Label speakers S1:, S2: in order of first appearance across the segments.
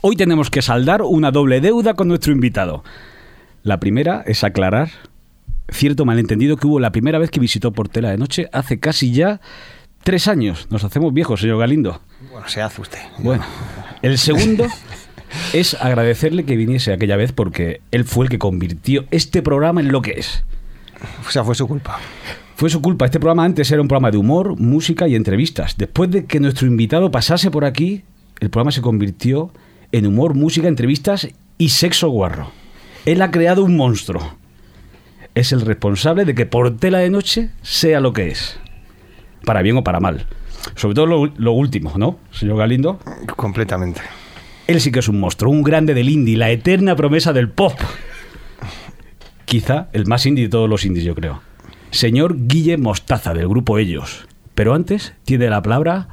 S1: Hoy tenemos que saldar una doble deuda con nuestro invitado. La primera es aclarar cierto malentendido que hubo la primera vez que visitó Portela de Noche hace casi ya tres años. Nos hacemos viejos, señor Galindo.
S2: Bueno, se hace usted.
S1: Bueno, el segundo es agradecerle que viniese aquella vez porque él fue el que convirtió este programa en lo que es.
S2: O sea, fue su culpa.
S1: Fue su culpa. Este programa antes era un programa de humor, música y entrevistas. Después de que nuestro invitado pasase por aquí, el programa se convirtió en humor, música, entrevistas y sexo guarro. Él ha creado un monstruo. Es el responsable de que Portela de Noche sea lo que es. Para bien o para mal. Sobre todo lo, lo último, ¿no, señor Galindo?
S2: Completamente.
S1: Él sí que es un monstruo, un grande del indie, la eterna promesa del pop. Quizá el más indie de todos los indies, yo creo. Señor Guille Mostaza, del grupo Ellos. Pero antes tiene la palabra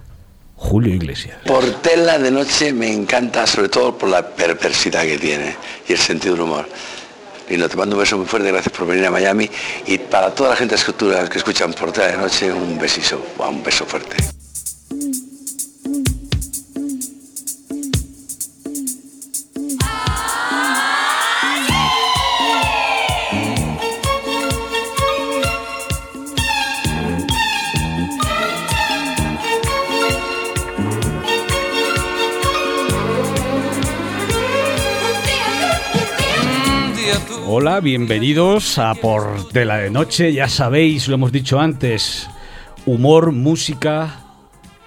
S1: Julio Iglesias.
S3: Portela de noche me encanta, sobre todo por la perversidad que tiene y el sentido del humor. Lindo, te mando un beso muy fuerte, gracias por venir a Miami y para toda la gente que escuchan Portela de noche, un besizo, un beso fuerte.
S1: Hola, bienvenidos a Portela de Noche. Ya sabéis, lo hemos dicho antes, humor, música,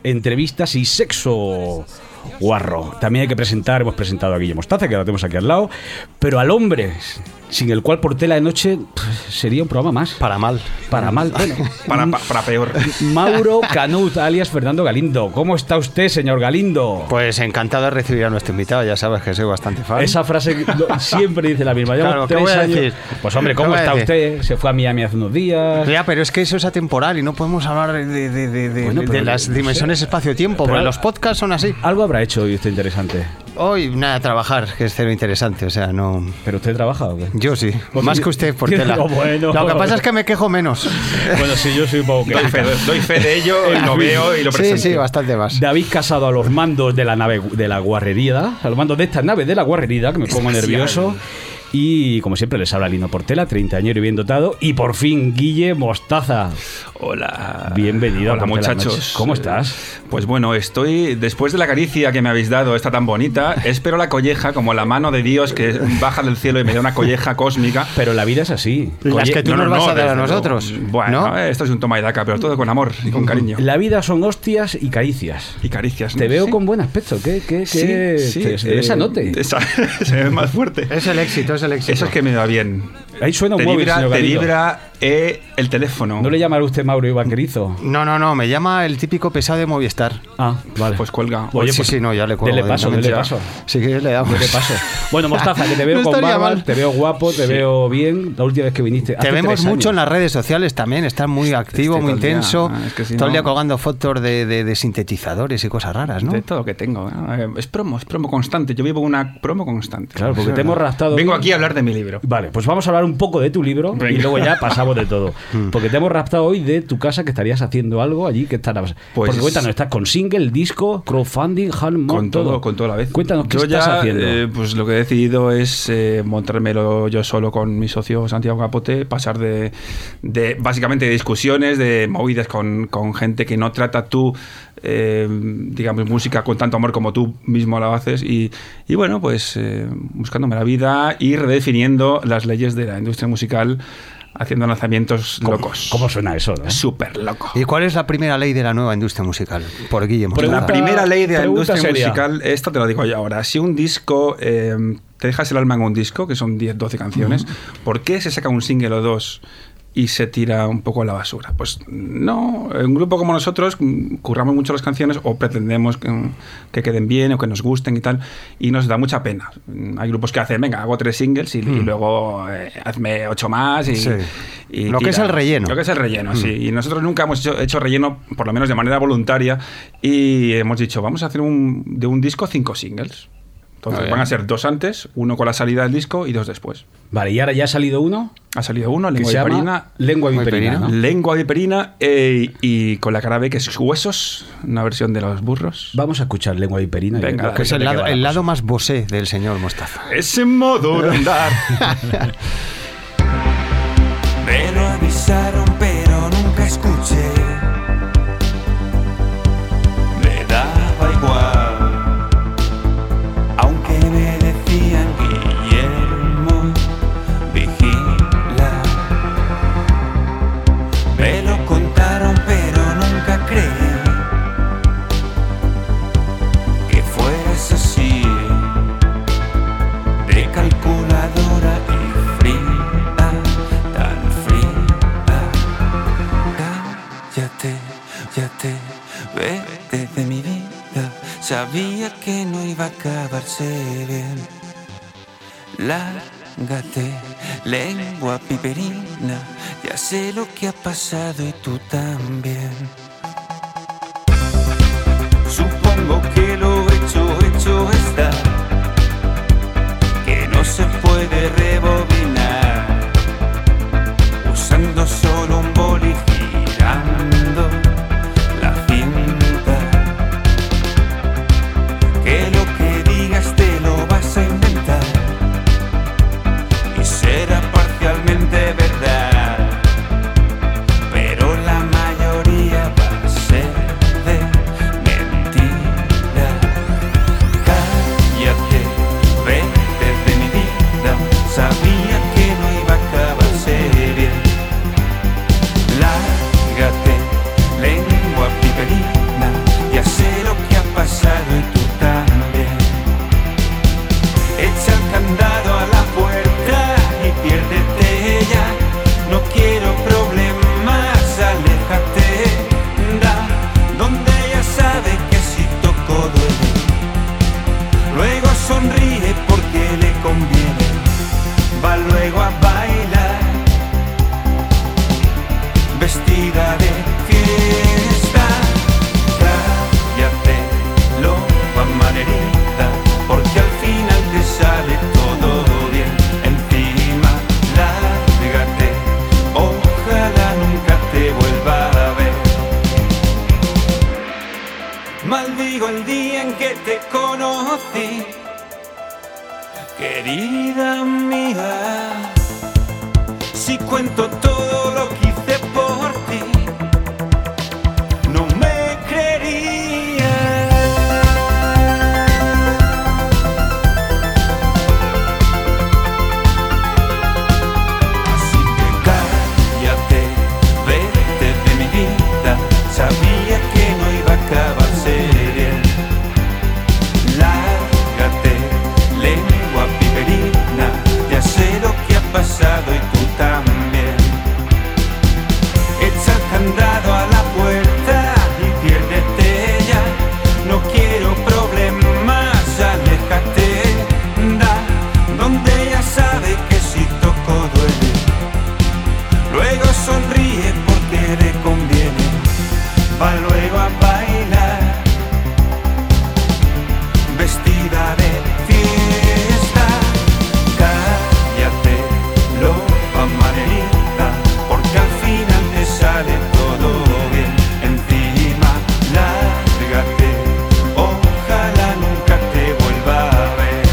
S1: entrevistas y sexo. Guarro. También hay que presentar, hemos presentado a Guillermo Mostaza, que lo tenemos aquí al lado, pero al hombre, sin el cual Portela de Noche pff, sería un programa más.
S2: Para mal.
S1: Para mal, bueno.
S2: Para, pa- para peor.
S1: Mauro Canut, alias Fernando Galindo. ¿Cómo está usted, señor Galindo?
S2: Pues encantado de recibir a nuestro invitado, ya sabes que soy bastante fan.
S1: Esa frase que lo- siempre dice la misma. Llevo
S2: Claro, ¿qué
S1: tres
S2: voy a
S1: años.
S2: decir?
S1: Pues hombre,
S2: ¿Qué
S1: ¿cómo
S2: voy a
S1: está
S2: decir?
S1: usted? Se fue a Miami hace unos días.
S2: Ya, pero es que eso es atemporal y no podemos hablar de, de- de- de- de-
S1: Bueno, pero
S2: de
S1: yo-
S2: las dimensiones espacio-tiempo,
S1: Pero-
S2: porque los podcasts son así.
S1: Algo habrá hecho hoy usted interesante.
S2: Hoy nada, trabajar, que es cero interesante, o sea, no...
S1: ¿Pero usted trabaja o qué?
S2: Yo sí,
S1: Pues
S2: más
S1: sí.
S2: que usted, Portela.
S1: No, bueno.
S2: Lo que pasa es que me quejo menos.
S1: Bueno, sí, yo soy un poco
S4: Doy fe, doy fe de ello, lo veo y lo
S2: Sí,
S4: presento.
S2: sí, bastante más.
S1: David Casado a los mandos de la nave de la guarrería, a los mandos de esta nave de la guarrería, que me pongo nervioso. Y como siempre les habla Lino Portela, 30 años y bien dotado. Y por fin, Guille Mostaza.
S4: Hola.
S1: Bienvenido a
S4: Hola,
S1: Ponte las
S4: muchachos.
S1: Noches. ¿Cómo estás?
S4: Eh, Pues bueno, estoy. Después de la caricia que me habéis dado, esta tan bonita, espero la colleja como la mano de Dios que baja del cielo y me da una colleja cósmica.
S1: Pero la vida es así.
S2: Las
S4: Colle-
S2: que tú
S4: No, no,
S2: nos vas
S4: no,
S2: a dar a
S4: desde luego.
S2: nosotros.
S4: Bueno,
S2: ¿no?
S4: eh, esto es un toma y daca, pero todo con amor y con cariño.
S1: La vida son hostias y caricias.
S4: Y caricias. ¿no?
S1: Te veo
S4: Sí.
S1: con buen aspecto. ¿Qué, qué, qué?
S4: Sí, sí,
S1: te- te
S4: eh,
S1: desanote.
S4: esa- se ve más fuerte.
S2: Es el éxito, es el éxito.
S4: Eso es que me da bien.
S1: Ahí suena un
S4: Te
S1: móvil,
S4: vibra,
S1: señor
S4: te
S1: Galindo.
S4: vibra eh, el teléfono.
S1: ¿No le llamará usted Mauro Ibanquerizo?
S2: No, no, no, me llama el típico pesado de Movistar.
S1: Ah, vale.
S4: Pues cuelga.
S1: Oye,
S2: sí,
S1: pues,
S2: sí, no, ya le cuelgo.
S1: dele paso,
S2: directamente.
S1: dele paso.
S2: Si quieres le damos.
S1: ¿Qué paso? Bueno, Mostaza, que te veo
S2: No
S1: con
S2: estaría
S1: barba,
S2: mal.
S1: te veo guapo, te veo bien. La última vez que viniste.
S2: Te vemos mucho en las redes sociales también, estás muy activo,
S4: este
S2: muy
S4: todo el día,
S2: intenso,
S4: ah, es que si
S2: todo el día
S4: no-
S2: colgando fotos de, de- de sintetizadores y cosas raras, ¿no?
S4: De todo lo que tengo. ¿eh? Es promo, es promo constante. Yo vivo una promo constante.
S1: Claro, porque te hemos rastrado.
S4: Vengo aquí a hablar de mi libro.
S1: Vale, pues vamos a hablar un poco de tu libro y
S4: Venga.
S1: luego ya pasamos de todo. Porque te hemos raptado hoy de tu casa que estarías haciendo algo allí que estarás.
S4: Pues-
S1: Porque cuéntanos, estás con single, disco, crowdfunding, handmode,
S4: Con todo, con toda la vez.
S1: Cuéntanos qué
S4: yo
S1: estás
S4: ya,
S1: haciendo.
S4: eh, pues lo que he decidido es eh, montármelo yo solo con mi socio Santiago Capote, pasar de, de, básicamente de discusiones, de movidas con, con gente que no trata tú, eh, digamos, música con tanto amor como tú mismo la haces. Y, y bueno, pues eh, buscándome la vida y redefiniendo las leyes de la industria musical, haciendo lanzamientos locos.
S1: ¿Cómo suena eso? no?
S4: Súper loco.
S2: ¿Y cuál es la primera ley de la nueva industria musical? Por Guillermo.
S1: Pregunta-
S4: La primera ley de la
S1: pregunta
S4: industria
S1: seria.
S4: musical, esta te la digo yo ahora. Si un disco, eh, te dejas el alma en un disco, que son 10, 12 canciones, ¿por qué se saca un single o dos y se tira un poco a la basura? Pues no, un grupo como nosotros mm, curramos mucho las canciones o pretendemos que, mm, que queden bien o que nos gusten y tal, y nos da mucha pena. Mm, Hay grupos que hacen, venga, hago tres singles y, y
S1: Mm.
S4: luego eh, hazme ocho más y,
S2: Sí.
S4: y
S2: Lo que es el relleno. Mm.
S4: Lo que es el relleno, sí. Y nosotros nunca hemos hecho, hecho relleno, por lo menos de manera voluntaria, y hemos dicho, vamos a hacer un, de un disco cinco singles. Entonces
S2: Ah, bien.
S4: van a ser dos antes, uno con la salida del disco y dos después.
S1: Vale, y ahora ya ha salido uno.
S4: Ha salido uno,
S1: que
S4: Lengua
S1: se
S4: Viperina.
S1: llama Lengua Viperina. ¿no?
S4: Lengua Viperina eh, y con la cara B que es Huesos, una versión de los burros.
S1: Vamos a escuchar Lengua Viperina. y
S4: Venga,
S1: vemos
S4: dale.
S1: qué
S4: Es
S2: el
S1: tal
S2: lado,
S1: queda la
S2: el
S1: cosa.
S2: lado más bosé del señor Mostaza.
S4: Ese modo de andar.
S5: Me lo avisaron pero nunca escuché. Me daba igual, aunque me decían Guillermo, vigila. Me lo contaron pero nunca creí que fueras así, de calculadora y fría, tan fría. Cállate, cállate, vete de mi vida. Sabía que no iba a acabarse bien. Lárgate, lengua piperina. Ya sé lo que ha pasado y tú también. Supongo que lo hecho, hecho está. Que no se puede rebobinar usando solo un boli girando la cinta. Que lo que digas te lo vas a inventar y será parcialmente verdad, pero la mayoría va a ser de mentira. Cállate, vete de mi vida. Sabía que no iba a acabarse bien. Lárgate, lengua piperina. Ya sé lo que ha pasado y tú también. Echa el candado a la puerta y piérdete ya. No quiero problemas, aléjate. Da, donde ya sabe que si toco duele. Luego sonríe porque le conviene. Va luego a bailar. Vestida de fiesta. Cállate, loba manerita. Porque al final te sale todo bien. Encima, lárgate. Ojalá nunca te vuelva a ver. Maldigo el día en que te conocí, querida amiga. Si cuento todo lo que hice por ti, no me creerías. Así que cállate, vete de mi vida. Sabía que no iba a acabarse bien. Lárgate, lengua piperina. Ya sé lo que ha pasado y tú también. Echa el candado a la puerta y piérdete ya. No quiero problemas, aléjate. Da, donde ya sabe que si toco duele. Luego sonríe porque le conviene. Va luego a bailar. Vestida de fiesta. Cállate, loba manerita. Porque al final te sale todo bien. Encima, lárgate. Ojalá nunca te vuelva a ver.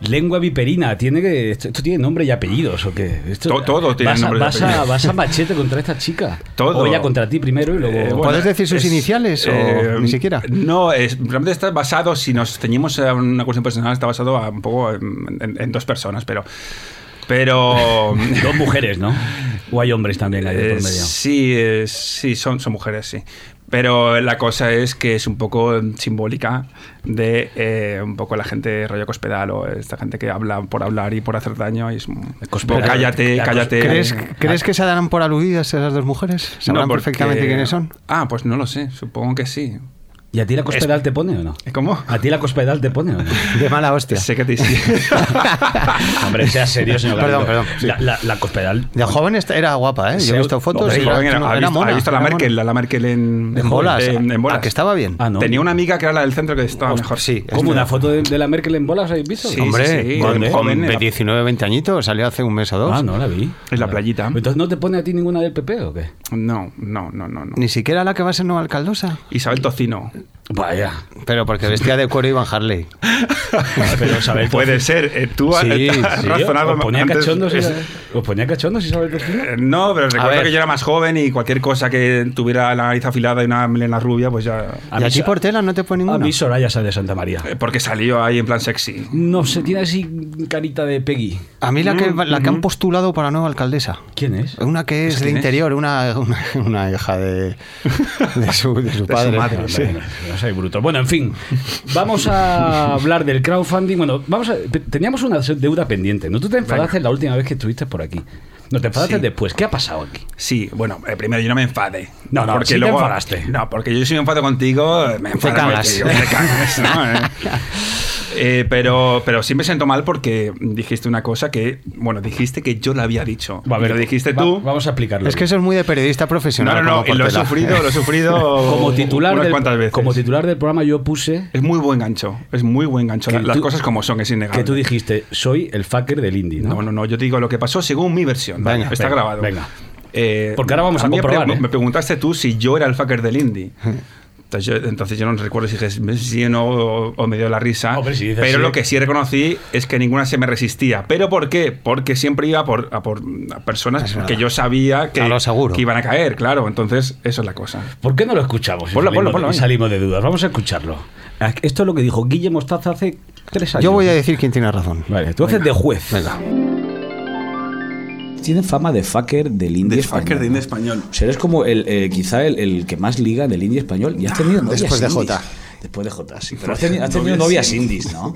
S1: Lengua Viperina. Tiene que, esto, esto tiene nombre y apellidos o qué? Esto-
S4: To- todo tiene
S1: vas a-
S4: nombre y
S1: vas a,
S4: apellidos.
S1: vas a machete contra esta chica.
S4: Todo.
S1: O ella contra ti primero y luego.
S4: Eh, bueno,
S2: ¿Puedes decir sus
S4: es-
S2: iniciales o
S4: eh,
S2: ni siquiera?
S4: No, es- realmente está basado, si nos ceñimos a una cuestión personal, está basado a un poco en, en- en dos personas, pero. Pero.
S1: Dos mujeres, ¿no? O hay hombres también ahí de
S4: Eh,
S1: por medio.
S4: Sí, eh, sí, son, son mujeres, sí. Pero la cosa es que es un poco mm, simbólica de eh, un poco la gente rollo cospedal o esta gente que habla por hablar y por hacer daño. Y es un-
S1: cospedal.
S4: o cállate,
S1: La cos-
S4: cállate.
S2: ¿Crees,
S1: eh,
S2: crees que se darán por aludidas esas dos mujeres?
S4: ah, No,
S2: Sabrán
S4: porque-
S2: perfectamente quiénes son.
S4: Ah, pues no lo sé, supongo que sí.
S1: ¿Y a ti la cospedal te pone o no?
S4: ¿Cómo?
S1: ¿A ti la cospedal te pone o no?
S6: De mala hostia.
S4: Sé que te
S1: Hombre, sea serio, señor
S6: Perdón,
S1: Galindo.
S6: perdón.
S1: La, la- la cospedal.
S6: De joven esta- era guapa, ¿eh? Yo he
S1: Seu-
S6: visto fotos.
S1: Hombre,
S6: y era,
S4: Joven era-
S6: no,
S4: ha
S6: era
S4: visto-
S6: mona,
S4: ha visto a
S6: era
S4: la
S6: mona.
S4: Merkel, a la Merkel en,
S6: En bolas.
S4: en- en bolas.
S6: Ah, que estaba bien.
S1: Ah, no.
S4: Tenía una amiga que era la del centro que estaba mejor.
S6: sí.
S1: ¿Cómo? ¿Una foto de, de la Merkel en bolas habéis visto?
S4: Sí.
S6: Hombre, con,
S4: joven,
S6: con
S4: era-
S6: 19, 20 añitos, salió hace un mes o dos.
S1: Ah, no, la vi.
S4: En la playita.
S1: Entonces, ¿no te pone a ti ninguna del PP o qué?
S4: No, no, no, no. no.
S6: Ni siquiera la que va a ser nueva alcaldosa.
S4: Isabel Tocino.
S1: Vaya.
S6: Pero porque vestía de cuero Ivan Harley.
S1: Pero Isabel
S4: Puede ser. eh, tú has-
S6: Sí,
S4: has
S6: sí,
S1: Tío,
S4: razonado
S1: Os ponía
S4: antes-
S1: cachondos,
S4: es-
S1: Isabel. os ponía cachondos Isabel Tocino.
S4: eh, No, pero recuerdo
S6: ver.
S4: que yo era más joven y cualquier cosa que tuviera la nariz afilada y una melena rubia, pues ya.
S1: A
S6: y
S1: mí
S6: a ti
S1: Sa-
S6: Portela no te pone
S1: A
S6: ninguna.
S1: mí Soraya sale de Santa María.
S4: eh, Porque salió ahí en plan sexy.
S1: No sé, tiene así carita de Peggy.
S6: A mí la que,
S4: Mm,
S6: la que han postulado para nueva alcaldesa.
S1: ¿Quién es?
S6: Una que Pues es de
S4: quién es?
S6: interior, una, una, una hija de, de, su, de su padre. Sí.
S1: Bueno, no soy bruto. Bueno, en fin, vamos a hablar del crowdfunding. Bueno, vamos a, teníamos una deuda pendiente. ¿No tú te enfadaste la última vez que estuviste por aquí? No, te enfadaste
S4: Sí.
S1: después. ¿Qué ha pasado aquí?
S4: Sí, bueno, eh, primero yo no me enfade.
S1: No, no, sí te enfadaste.
S4: No, porque yo si me enfado contigo, eh, me enfado
S6: cagas.
S4: contigo, te cagas, ¿no? Eh, eh, pero, pero sí me siento mal porque dijiste una cosa que, bueno, dijiste que yo la había dicho.
S1: Va, a ver,
S4: lo dijiste
S1: va-
S4: tú.
S1: vamos a explicarlo.
S6: Es que eso es muy de periodista profesional.
S4: no, no, no,
S6: como
S4: lo he
S6: Portela.
S4: sufrido, lo he sufrido
S1: como titular,
S4: unas
S1: del,
S4: cuantas veces.
S1: como titular del programa yo puse
S4: Es muy buen gancho, es muy buen gancho.
S1: Que
S4: La- Las
S1: tú-
S4: cosas como son, es innegable.
S1: que tú dijiste, soy el fucker del indie, ¿no?
S4: No, no, no, yo te digo lo que pasó según mi versión.
S6: Venga,
S4: Está
S1: venga,
S4: grabado.
S1: venga.
S4: Eh,
S1: Porque ahora vamos a
S4: mí me
S1: comprobar,
S4: pre-
S1: ¿eh?
S4: Me preguntaste tú si yo era el fucker del indie. Entonces yo, entonces yo no recuerdo si dije sí o no, o, o me dio la risa.
S1: Hombre, si dices
S4: pero
S1: sí.
S4: lo que sí reconocí es que ninguna se me resistía. ¿Pero por qué? Porque siempre iba por, a por a personas que yo sabía que,
S6: A lo seguro.
S4: que iban a caer, claro. Entonces, eso es la cosa.
S1: ¿Por qué no lo escuchamos? y
S4: Ponlo, ponlo,
S1: salimos
S4: ponlo,
S1: de- y
S4: venga.
S1: salimos de dudas. Vamos a escucharlo. Esto es lo que dijo Guille Mostaza hace tres años.
S6: Yo voy a decir quién tiene razón.
S1: Vale, tú haces de juez. Venga.
S5: Tienen fama de fucker del indie
S7: De
S5: español.
S7: fucker de indie español.
S5: O sea, eres como el, eh, quizá el, el que más liga del indie español. Y has tenido novias
S6: después de
S5: indies.
S6: Jota.
S5: Después de J, sí. Pero has tenido, has tenido novias indies, ¿no?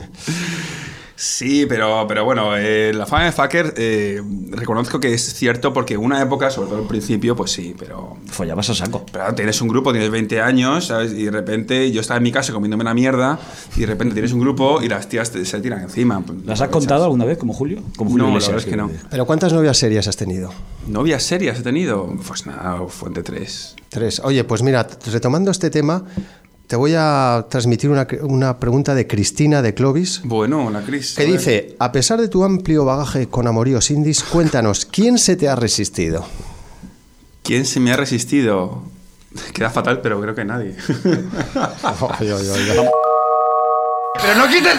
S7: Sí, pero, pero bueno, eh, la fama de fucker eh, reconozco que es cierto porque una época, sobre todo al principio, pues sí, pero
S5: Follabas a saco.
S7: Pero claro, tienes un grupo, tienes 20 años, ¿sabes? Y de repente yo estaba en mi casa comiéndome una mierda y de repente tienes un grupo y las tías te- se tiran encima. Pues,
S5: ¿Las has contado alguna vez como Julio? Como Julio
S7: No, la
S5: Iglesias,
S7: verdad es que no.
S6: Pero ¿cuántas novias serias has tenido?
S7: ¿Novias serias he tenido? Pues nada, fuente 3.
S6: Tres. Oye, pues mira, t- retomando este tema, te voy a transmitir una, cre- una pregunta de Cristina de Clovis.
S7: Bueno, la Cris.
S6: Que
S7: a ver.
S6: dice, Eh, a pesar de tu amplio bagaje con amoríos indies, cuéntanos, ¿quién se te ha resistido?
S7: ¿Quién se me ha resistido? Queda fatal, pero creo que nadie.
S4: Pero no quites.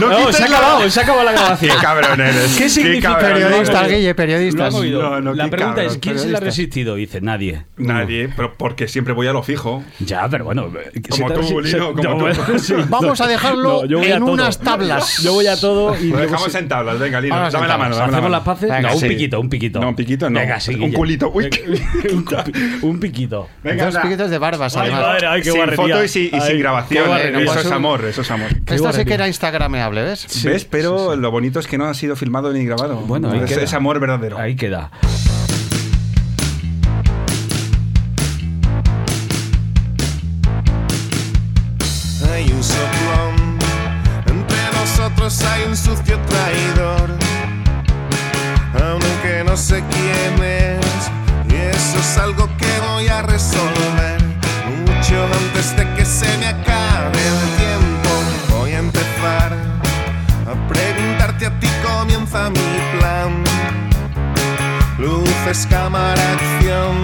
S4: No, quites la-
S1: se ha acabado la
S4: Qué
S1: grabación.
S4: cabrón eres.
S1: ¿Qué significa
S4: cabrón eres.
S6: Periodista, Guille, periodista.
S1: Lo ha movido.
S4: No, no,
S1: la
S4: qué
S1: pregunta
S4: cabrón,
S1: es, ¿quién se la ha
S4: periodista.
S1: resistido? Dice nadie.
S4: Nadie, pero porque siempre voy a lo fijo.
S1: Ya, pero bueno. eh,
S4: Como tú, Lino, como tú.
S6: Vamos a dejarlo
S1: yo voy
S6: en
S1: todo.
S6: unas tablas.
S1: Yo voy a todo y
S4: Lo
S1: luego
S4: Pues dejamos
S1: se-
S4: en tablas, venga, Lino,
S6: Ahora
S4: dame la mano. dame la
S1: ¿Hacemos
S4: mano.
S1: las paces?
S6: Venga,
S1: no, un
S6: sí.
S1: piquito, un piquito.
S4: No, un piquito no.
S1: Venga, sí,
S4: Un
S1: Guille.
S4: culito. Uy,
S1: Venga,
S4: qué-
S1: un, cupi- un piquito.
S4: Venga,
S6: Dos
S4: anda.
S6: piquitos de barbas,
S1: Ay,
S6: además.
S1: madre, ay, qué
S4: sin
S1: guarrería.
S4: foto y, sin- y
S1: Ay,
S4: sin
S1: qué
S4: grabación.
S6: guarrería.
S4: eso es
S6: Qué
S4: amor, eso es amor.
S6: Esta sí que era instagrameable, ¿ves?
S4: ¿Ves? Pero lo bonito es que no ha sido filmado ni grabado.
S1: Bueno, ahí
S4: es,
S1: queda.
S4: es amor verdadero.
S1: Ahí queda.
S8: Hay un soplón, entre nosotros hay un sucio traidor. Aunque no sé quién es, y eso es algo que voy a resolver. Mucho antes de que se me acabe el tiempo, voy a empezar a preguntarte a ti. Comienza mi plan. Luces, cámara, acción.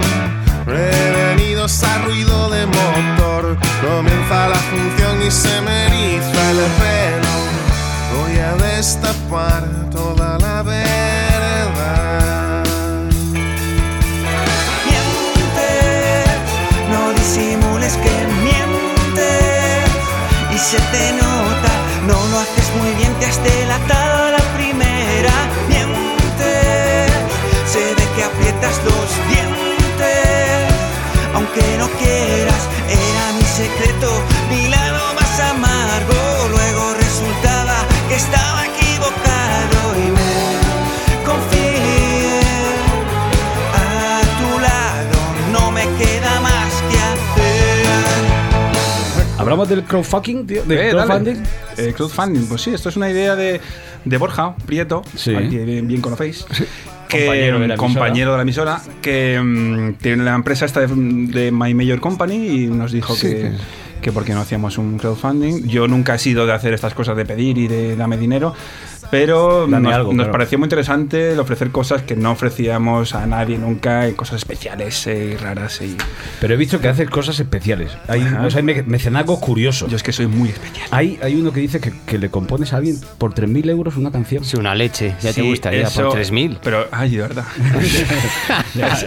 S8: Prevenidos a ruido de motor. Comienza la función y se me eriza el pelo. Voy a destapar toda la verdad.
S9: Miente, no disimules que mientes y se te nota, no lo haces muy bien, te has delatado a la primera. Miente, se ve que aprietas los dientes, aunque no quieras, era mi secreto, mi lado más amargo. Luego resultaba que estaba equivocado y
S1: hablamos del crowdfucking, tío, del
S4: Eh, dale.
S1: crowdfunding.
S4: Eh, crowdfunding, pues sí, esto es una idea de, de Borja Prieto,
S1: Sí.
S4: al que bien, bien conocéis. Que, mm,
S1: Compañero de la
S4: compañero de la emisora, que mm, tiene la empresa esta de, de My Major Company y nos dijo que, que por qué no hacíamos un crowdfunding. Yo nunca he sido de hacer estas cosas de pedir y de dame dinero, pero
S1: Dame
S4: nos,
S1: algo,
S4: nos
S1: claro.
S4: pareció muy interesante el ofrecer cosas que no ofrecíamos a nadie nunca, y cosas especiales eh, y raras. Y...
S1: Pero he visto que haces cosas especiales. Hay, o sea, hay me- mecenazgos curiosos.
S4: Yo es que soy muy especial.
S1: Hay, hay uno que dice que, que le compones a alguien por 3.000 euros una canción.
S6: Es una leche, ya te
S4: Sí,
S6: gustaría
S4: eso-
S6: por 3.000.
S4: Pero, ay, de verdad.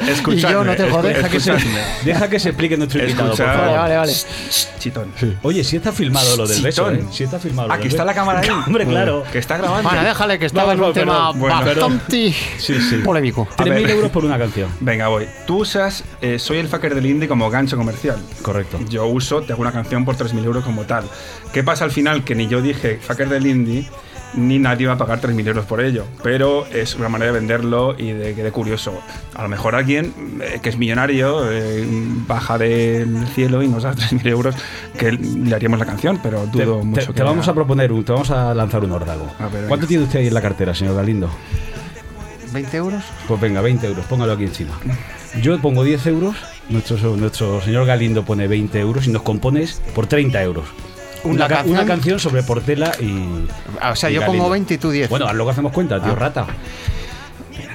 S4: escuchadme,
S6: Y yo, no te jodes,
S4: escu-
S6: deja que se-
S4: escuchadme.
S1: Deja que se explique nuestro invitado, por
S4: Escuchad.
S1: favor.
S6: Vale, vale, vale.
S4: Chitón.
S1: Oye, si está filmado lo del beso, ¿eh?
S4: Chitón.
S1: Si está filmado. lo
S4: Aquí
S1: del
S4: está la
S1: beso.
S4: cámara ahí. Mm.
S1: Hombre, claro.
S4: Que está grabando.
S6: Bueno, déjale que estaba
S1: Vamos,
S6: en un tema
S1: vamos, perdón. Bueno, perdón.
S6: bastante
S1: Sí, sí.
S6: polémico.
S4: A ver.
S1: 3.000 euros por una canción.
S4: Venga, voy. Tú usas eh, Soy el fucker del indie como gancho comercial.
S1: Correcto.
S4: Yo uso, te hago una canción por 3.000 euros como tal. ¿Qué pasa al final? Que ni yo dije fucker del indie, ni nadie va a pagar 3.000 euros por ello. Pero es una manera de venderlo y de que de curioso. A lo mejor alguien eh, que es millonario eh, baja del cielo y nos da 3.000 euros que le haríamos la canción, pero
S1: Te,
S4: dudo
S1: te-
S4: mucho
S1: te
S4: que.
S1: vamos
S4: la-
S1: a proponer un, te vamos a lanzar un órdago.
S4: A ver, venga.
S1: ¿Cuánto tiene usted ahí en la cartera, señor Galindo?
S10: ¿20 euros?
S1: Pues venga, 20 euros, póngalo aquí encima. Yo pongo 10 euros, nuestro, nuestro señor Galindo pone 20 euros y nos compones por 30 euros.
S6: ¿Una
S1: ca-
S6: canción?
S1: una canción sobre Portela y.
S6: Ah, o sea,
S1: y
S6: yo
S1: Galindo.
S6: pongo 20 y tú 10.
S1: Bueno, haz lo que hacemos cuenta, tío, rata.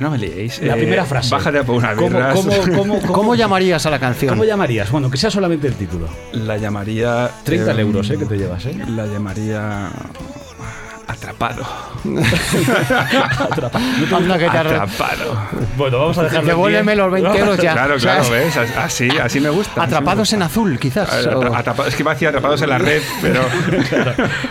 S4: No me liéis.
S1: La
S4: Ah. Eh,
S1: primera frase.
S4: Bájate por una
S1: ¿Cómo,
S4: birra.
S1: cómo, cómo, cómo-
S6: ¿Cómo llamarías a la canción?
S1: cómo llamarías? Bueno, que sea solamente el título.
S4: La llamaría.
S1: 30
S4: em,
S1: euros, eh, que te llevas, eh.
S4: La llamaría. Atrapado.
S6: Anda, que te arre-
S4: Atrapado.
S1: Bueno, vamos a dejarlo. ¿eh?
S6: Devuélveme los 20 euros ya.
S4: Claro,
S6: O sea,
S4: claro, ¿ves? As- Así, así me gusta. así me
S6: Atrapados en
S4: gusta.
S6: azul, quizás.
S4: Atra-
S6: o-
S4: atrapa- es que iba a decir atrapados en la red, pero.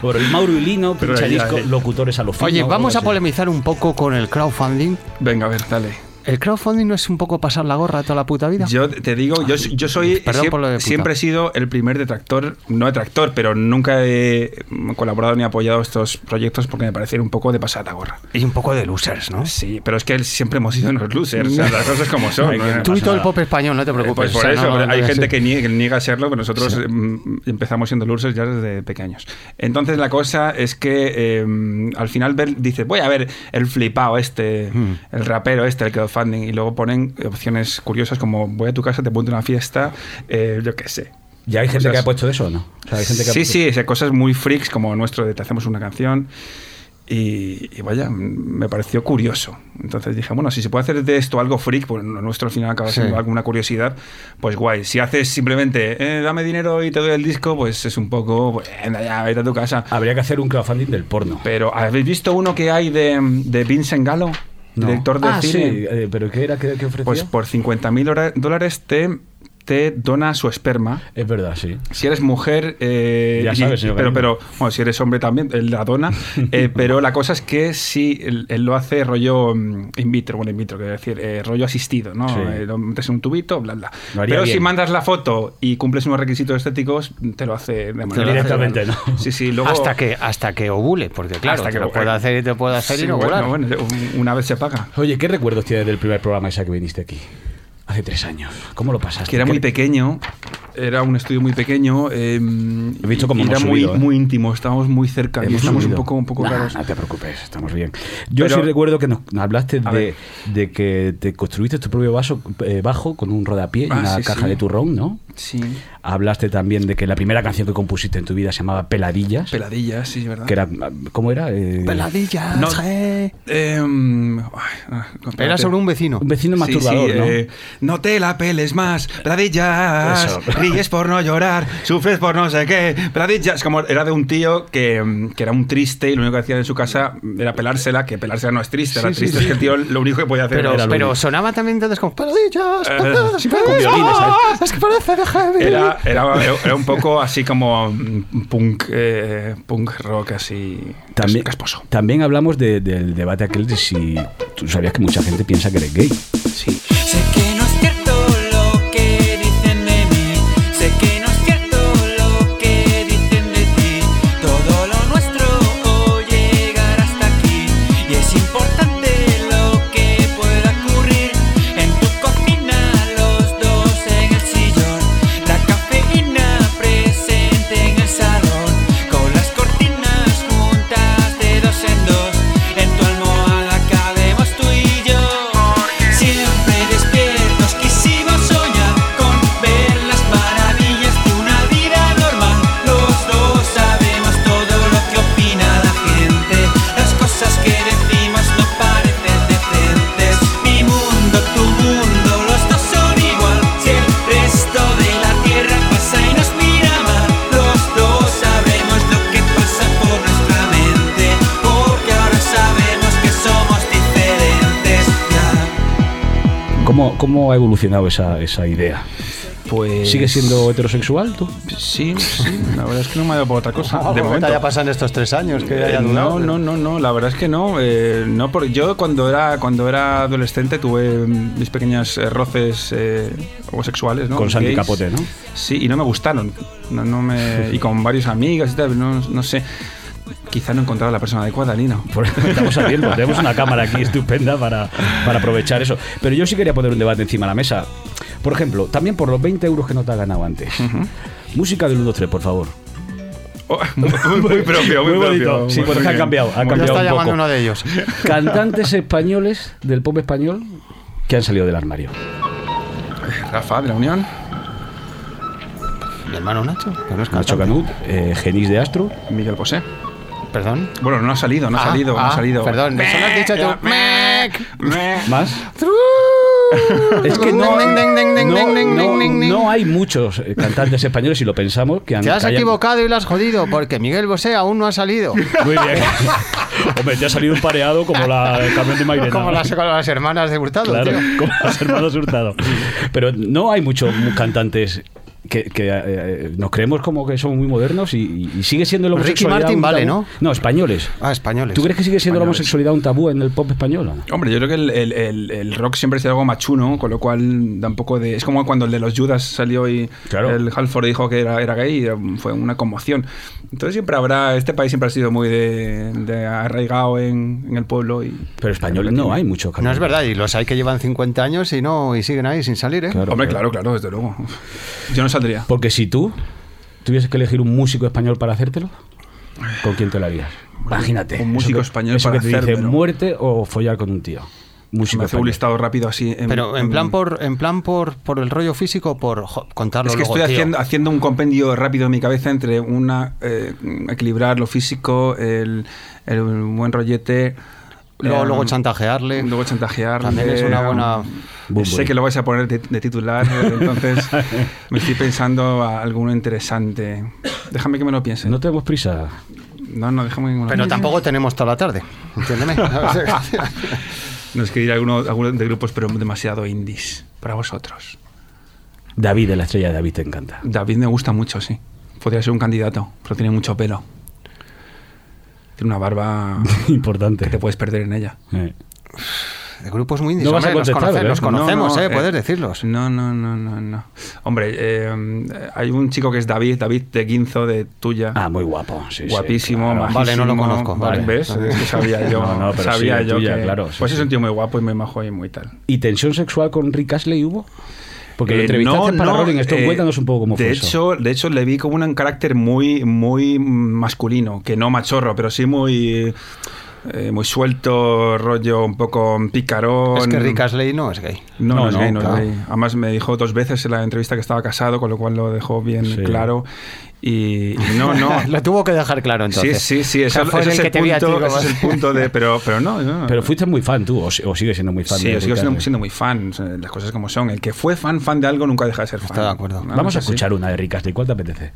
S1: Bueno, el Mauro y Lino,
S4: Pero
S1: pincha
S4: ya,
S1: disco,
S4: eh.
S1: locutores a los
S6: Oye, vamos a polemizar un poco con el crowdfunding.
S4: Venga, a ver, dale.
S6: ¿El crowdfunding no es un poco pasar la gorra toda la puta vida?
S4: Yo te digo, yo, yo soy.
S6: Perdón
S4: siem-
S6: por lo de puta.
S4: siempre he sido el primer detractor, no detractor, pero nunca he mm, colaborado ni apoyado estos proyectos porque me parecen un poco de pasada gorra.
S6: Y un poco de losers, ¿no?
S4: Sí, pero es que siempre hemos sido unos losers. o sea, las cosas como son. ¿no?
S6: Tú y todo el pop español, no te
S4: Eh, Pues
S6: preocupes.
S4: por
S6: o sea,
S4: eso,
S6: no-
S4: pero
S6: no
S4: hay
S6: voy a
S4: gente
S6: ser-
S4: que nie- que niega, serlo, pero nosotros em, empezamos siendo losers ya desde pequeños. Entonces la cosa es que em, al final ver, dice, voy a ver el flipado este,
S6: Hmm.
S4: el rapero este, el crowdfunding, y luego ponen opciones curiosas como voy a tu casa, te pongo una fiesta, eh, yo qué sé.
S1: ¿Ya hay gente
S4: Cosas-
S1: que ha puesto eso o no? O sea, hay gente que ha
S4: sí,
S1: puesto-
S4: sí, o sea, cosas muy freaks como nuestro de te hacemos una canción. Y, y vaya, mm, me pareció curioso. Entonces dije, bueno, si se puede hacer de esto algo freak, pues lo nuestro al final acaba
S6: Sí.
S4: siendo alguna curiosidad, pues guay. Si haces simplemente, eh, dame dinero y te doy el disco, pues es un poco, bueno, ya, vete a tu casa.
S1: Habría que hacer un crowdfunding del porno.
S4: Pero, ¿habéis visto uno que hay de, de Vincent Gallo?
S1: No.
S4: Director de
S1: ah,
S4: cine.
S1: Sí, eh, pero ¿qué era que, que ofrecía?
S4: Pues por 50 mil dólares te, te dona su esperma.
S1: Es verdad, sí.
S4: Si eres mujer, eh,
S1: Ya
S4: y-
S1: sabes, señor
S4: pero,
S1: Galindo.
S4: pero bueno, si eres hombre también, eh, la dona. eh, pero la cosa es que si él, él lo hace rollo mm, in vitro, bueno, in vitro, quiero decir, eh, rollo asistido, ¿no?
S1: Sí.
S4: Eh, lo metes en un tubito, bla, bla.
S1: Lo haría
S4: Pero si
S1: bien.
S4: mandas la foto y cumples unos requisitos estéticos, te lo hace de manera.
S1: directamente, ¿no?
S4: Sí, sí, luego.
S6: Hasta que, hasta que ovule, porque claro,
S4: Hasta
S6: te
S4: que
S6: lo
S4: ovule.
S6: puedo hacer y te puedo hacer
S4: Sí,
S6: inocular.
S4: bueno, bueno, un- una vez se paga.
S1: Oye, ¿qué recuerdos tienes del primer programa esa que viniste aquí? Hace tres años. ¿Cómo lo pasaste?
S4: que era muy
S1: ¿Qué-
S4: pequeño, era un estudio muy pequeño. eh,
S1: He visto cómo
S4: y
S1: hemos
S4: era muy,
S1: subido, ¿eh?
S4: muy íntimo, estábamos muy cerca y
S1: Hemos
S4: estamos
S1: subido.
S4: un poco, un poco
S1: Nah,
S4: raros.
S1: No te preocupes, estamos bien. Yo
S4: Pero-
S1: sí recuerdo que nos nos hablaste
S4: A
S1: de,
S4: ver.
S1: de que te construiste tu propio vaso eh, bajo con un rodapié y
S4: Ah,
S1: una
S4: sí,
S1: caja
S4: sí.
S1: de turrón, ¿no?
S4: Sí.
S1: Hablaste también de que la primera canción que compusiste en tu vida se llamaba Peladillas.
S4: Peladillas, sí, es verdad.
S1: que era, ¿Cómo era? Eh,
S6: Peladillas.
S4: No.
S6: eh.
S4: Em, ay, ah,
S6: Era
S4: espérate.
S6: sobre un vecino.
S1: Un vecino
S4: Sí,
S1: masturbador,
S4: sí,
S1: ¿no?
S4: eh, no te la peles más, peladillas.
S1: Eso.
S4: Ríes por no llorar, sufres por no sé qué. Peladillas. Como era de un tío que, mm, que era un triste y lo único que hacía en su casa era pelársela, que pelársela no es triste, era
S1: Sí, sí,
S4: triste.
S1: sí.
S4: Es que el tío lo único que podía hacer
S6: Pero,
S4: era,
S6: pero sonaba también entonces como peladillas,
S4: Eh,
S6: peladillas,
S1: sí, pero con
S6: peladillas,
S1: violines, ¿sabes?
S6: Es que parece de heavy. Ah,
S4: era, era- era un poco así como mm, punk, eh, punk rock, así.
S1: También,
S4: cas- casposo.
S1: también hablamos de- del debate aquel de si tú sabías que mucha gente piensa que eres gay.
S4: Sí.
S5: Sé que no es cierto lo que dicen de mí, sé que no es cierto lo que dicen de ti. Todo lo nuestro o llegar hasta aquí y es importante lo que pueda ocurrir. En tu cocina los dos en el sillón, la cafeína presente en el
S1: ¿Cómo, cómo ha evolucionado esa, esa idea?
S4: Pues.
S1: ¿Sigue siendo heterosexual tú?
S4: Sí, sí. La verdad es que no me ha dado por otra cosa.
S1: Algo
S4: de
S1: que te
S4: momento. Eh,
S1: haya
S10: pasado en estos tres años que
S1: haya
S4: no,
S1: durado.
S4: no, no, no. La verdad es que no. eh, no por, yo cuando era cuando era adolescente tuve mm, mis pequeñas eh, roces eh, homosexuales, ¿no?
S1: Con Santi
S4: Gays.
S1: Capote, ¿no?
S4: Sí, y no me gustaron. No, no me, y con varias amigas y tal, no, no sé. Quizá no encontraba la persona adecuada, Nino.
S1: Estamos a tiempo, tenemos una cámara aquí estupenda para, para aprovechar eso. Pero yo sí quería poner un debate encima de la mesa. Por ejemplo, también por los 20 euros que no te has ganado antes. Música del 1, 2, 3, por favor.
S4: muy, muy propio, muy,
S1: bonito.
S4: propio.
S1: Sí,
S4: Muy
S1: porque ha
S4: bien.
S1: cambiado, ha
S4: Muy
S1: cambiado
S4: bien.
S1: un poco.
S4: ellos.
S1: Cantantes españoles del pop español que han salido del armario.
S4: Rafa, de la Unión.
S2: Mi hermano Nacho. que no es
S1: Nacho
S2: cantante.
S1: Canut, eh, Genís de Astro.
S4: Miguel Bosé.
S2: Perdón.
S4: Bueno, no ha salido, no ha
S2: Ah,
S4: salido, no
S2: ah,
S4: ha salido.
S2: Perdón, eso lo has dicho tú.
S1: ¿Más? Es que no,
S2: Ding, ding, ding, ding,
S1: no-
S2: ding,
S1: no-
S2: ding, ding.
S1: no hay muchos eh, cantantes españoles, si lo pensamos, que han
S2: Te has
S1: que hayan-
S2: equivocado y lo has jodido, porque Miguel Bosé aún no ha salido.
S1: Muy bien. Hombre, te ha salido un pareado como la Carmen de Mairena.
S2: Como las, como las hermanas de Hurtado,
S1: Claro,
S2: tío.
S1: como los hermanos Hurtado. Pero no hay muchos cantantes que, que, eh, nos creemos como que son muy modernos y, y sigue siendo la
S2: Ricky
S1: homosexualidad
S2: Martin
S1: un
S2: vale,
S1: tabú.
S2: ¿no?
S1: No, españoles.
S2: Ah, españoles.
S1: ¿Tú crees que sigue siendo la
S4: Españoles.
S1: homosexualidad un tabú en el pop español? Ana?
S4: Hombre, yo creo que el, el- el- el rock siempre ha sido algo machuno, con lo cual da un poco de. Es como cuando el de los Judas salió y el Halford dijo que era, era gay y um, fue una conmoción. Entonces siempre habrá. Este país siempre ha sido muy de, de arraigado en, en el pueblo. Y,
S1: Pero español no hay muchos
S2: No es
S1: cantantes.
S2: verdad, y los hay que llevan 50 años y no y siguen ahí sin salir, ¿eh?
S4: Hombre, claro, claro, desde luego. Yo no saldría.
S1: Porque si tú tuvieses que elegir un músico español para hacértelo, ¿con quién te lo harías? Imagínate.
S4: Un músico
S1: Eso que-
S4: español
S1: eso
S4: para
S1: que te dice
S4: hacérmelo.
S1: muerte o follar con un tío. Músico
S4: Pues Me hace un
S1: español.
S4: listado rápido así.
S2: Pero en
S4: Mm.
S2: plan por en plan por, por el rollo físico, por jo, contarlo
S4: Es que
S2: luego,
S4: estoy
S2: tío.
S4: haciendo, haciendo un compendio rápido en mi cabeza entre una eh, equilibrar lo físico, el, el buen rollete.
S2: Luego-
S4: eh,
S2: luego chantajearle.
S4: Luego chantajearle. em,
S2: También es una buena-
S1: Bumble.
S4: Sé que lo vais a poner de, de titular, entonces me estoy pensando a alguno interesante. Déjame que me lo piense.
S1: No tenemos prisa.
S4: No, no, déjame que me lo
S2: Pero tampoco tenemos toda la tarde, entiéndeme.
S4: No es que diré alguno, alguno de grupos, pero demasiado indies para vosotros.
S1: David, de la estrella de David, te encanta.
S4: David me gusta mucho, sí. Podría ser un candidato, pero tiene mucho pelo. Tiene una barba
S1: Importante.
S4: que te puedes perder en ella.
S1: Eh.
S2: De grupos muy indies,
S1: No vas a
S2: hombre, los,
S1: contestar,
S2: conoce-
S1: ¿verdad?
S2: los
S1: No,
S2: conocemos,
S4: no,
S2: ¿eh?
S4: eh,
S2: Puedes decirlos.
S4: No, no, no, no, no. Hombre, eh, hay un chico que es David, David de Quinzo, de tuya.
S1: Ah, muy guapo. sí, sí,
S4: Guapísimo,
S1: claro.
S4: majísimo.
S2: Vale, no lo conozco, vale.
S4: ¿Ves? Es que sabía yo.
S1: No, no, pero
S4: sabía
S1: sí, de
S4: yo
S1: tuya,
S4: que-
S1: claro, sí,
S4: pues es
S1: sí.
S4: un tío muy guapo y muy majo y muy tal.
S1: ¿Y tensión sexual con Rick Astley hubo? Porque lo
S4: Eh,
S1: entrevistaste
S4: no,
S1: para
S4: no,
S1: Rolling Stone.
S4: eh,
S1: Cuéntanos un poco cómo fue
S4: de
S1: eso.
S4: hecho, De hecho, le vi como un carácter muy, muy masculino, que no machorro, pero sí muy... eh, muy suelto, rollo un poco picarón.
S2: Es que Rick Astley no es gay.
S4: No, no,
S1: No,
S4: es
S1: no,
S4: gay, no es
S1: claro.
S4: gay. Además me dijo dos veces en la entrevista que estaba casado, con lo cual lo dejó bien
S1: Sí.
S4: claro. Y, y no, no.
S2: Lo tuvo que dejar claro
S4: sí,
S2: entonces.
S4: sí, sí. Ese,
S2: Ese fue
S4: ese
S2: en
S4: es
S2: el
S4: el
S2: que te vi a ti,
S4: punto,
S2: como-
S4: ese es el punto de... Pero, pero no, no.
S1: Pero fuiste muy fan tú, o, si- o sigues siendo muy fan
S4: Sí,
S1: de
S4: yo sigo
S1: Rick
S4: siendo,
S1: Astley.
S4: siendo muy fan, o sea, las cosas como son. El que fue fan, fan de algo, nunca deja de Eh, ser fan.
S2: Estoy de acuerdo.
S4: Una
S1: Vamos
S4: cosa
S1: a
S4: así.
S1: escuchar una de Rick Astley. ¿Cuál te apetece?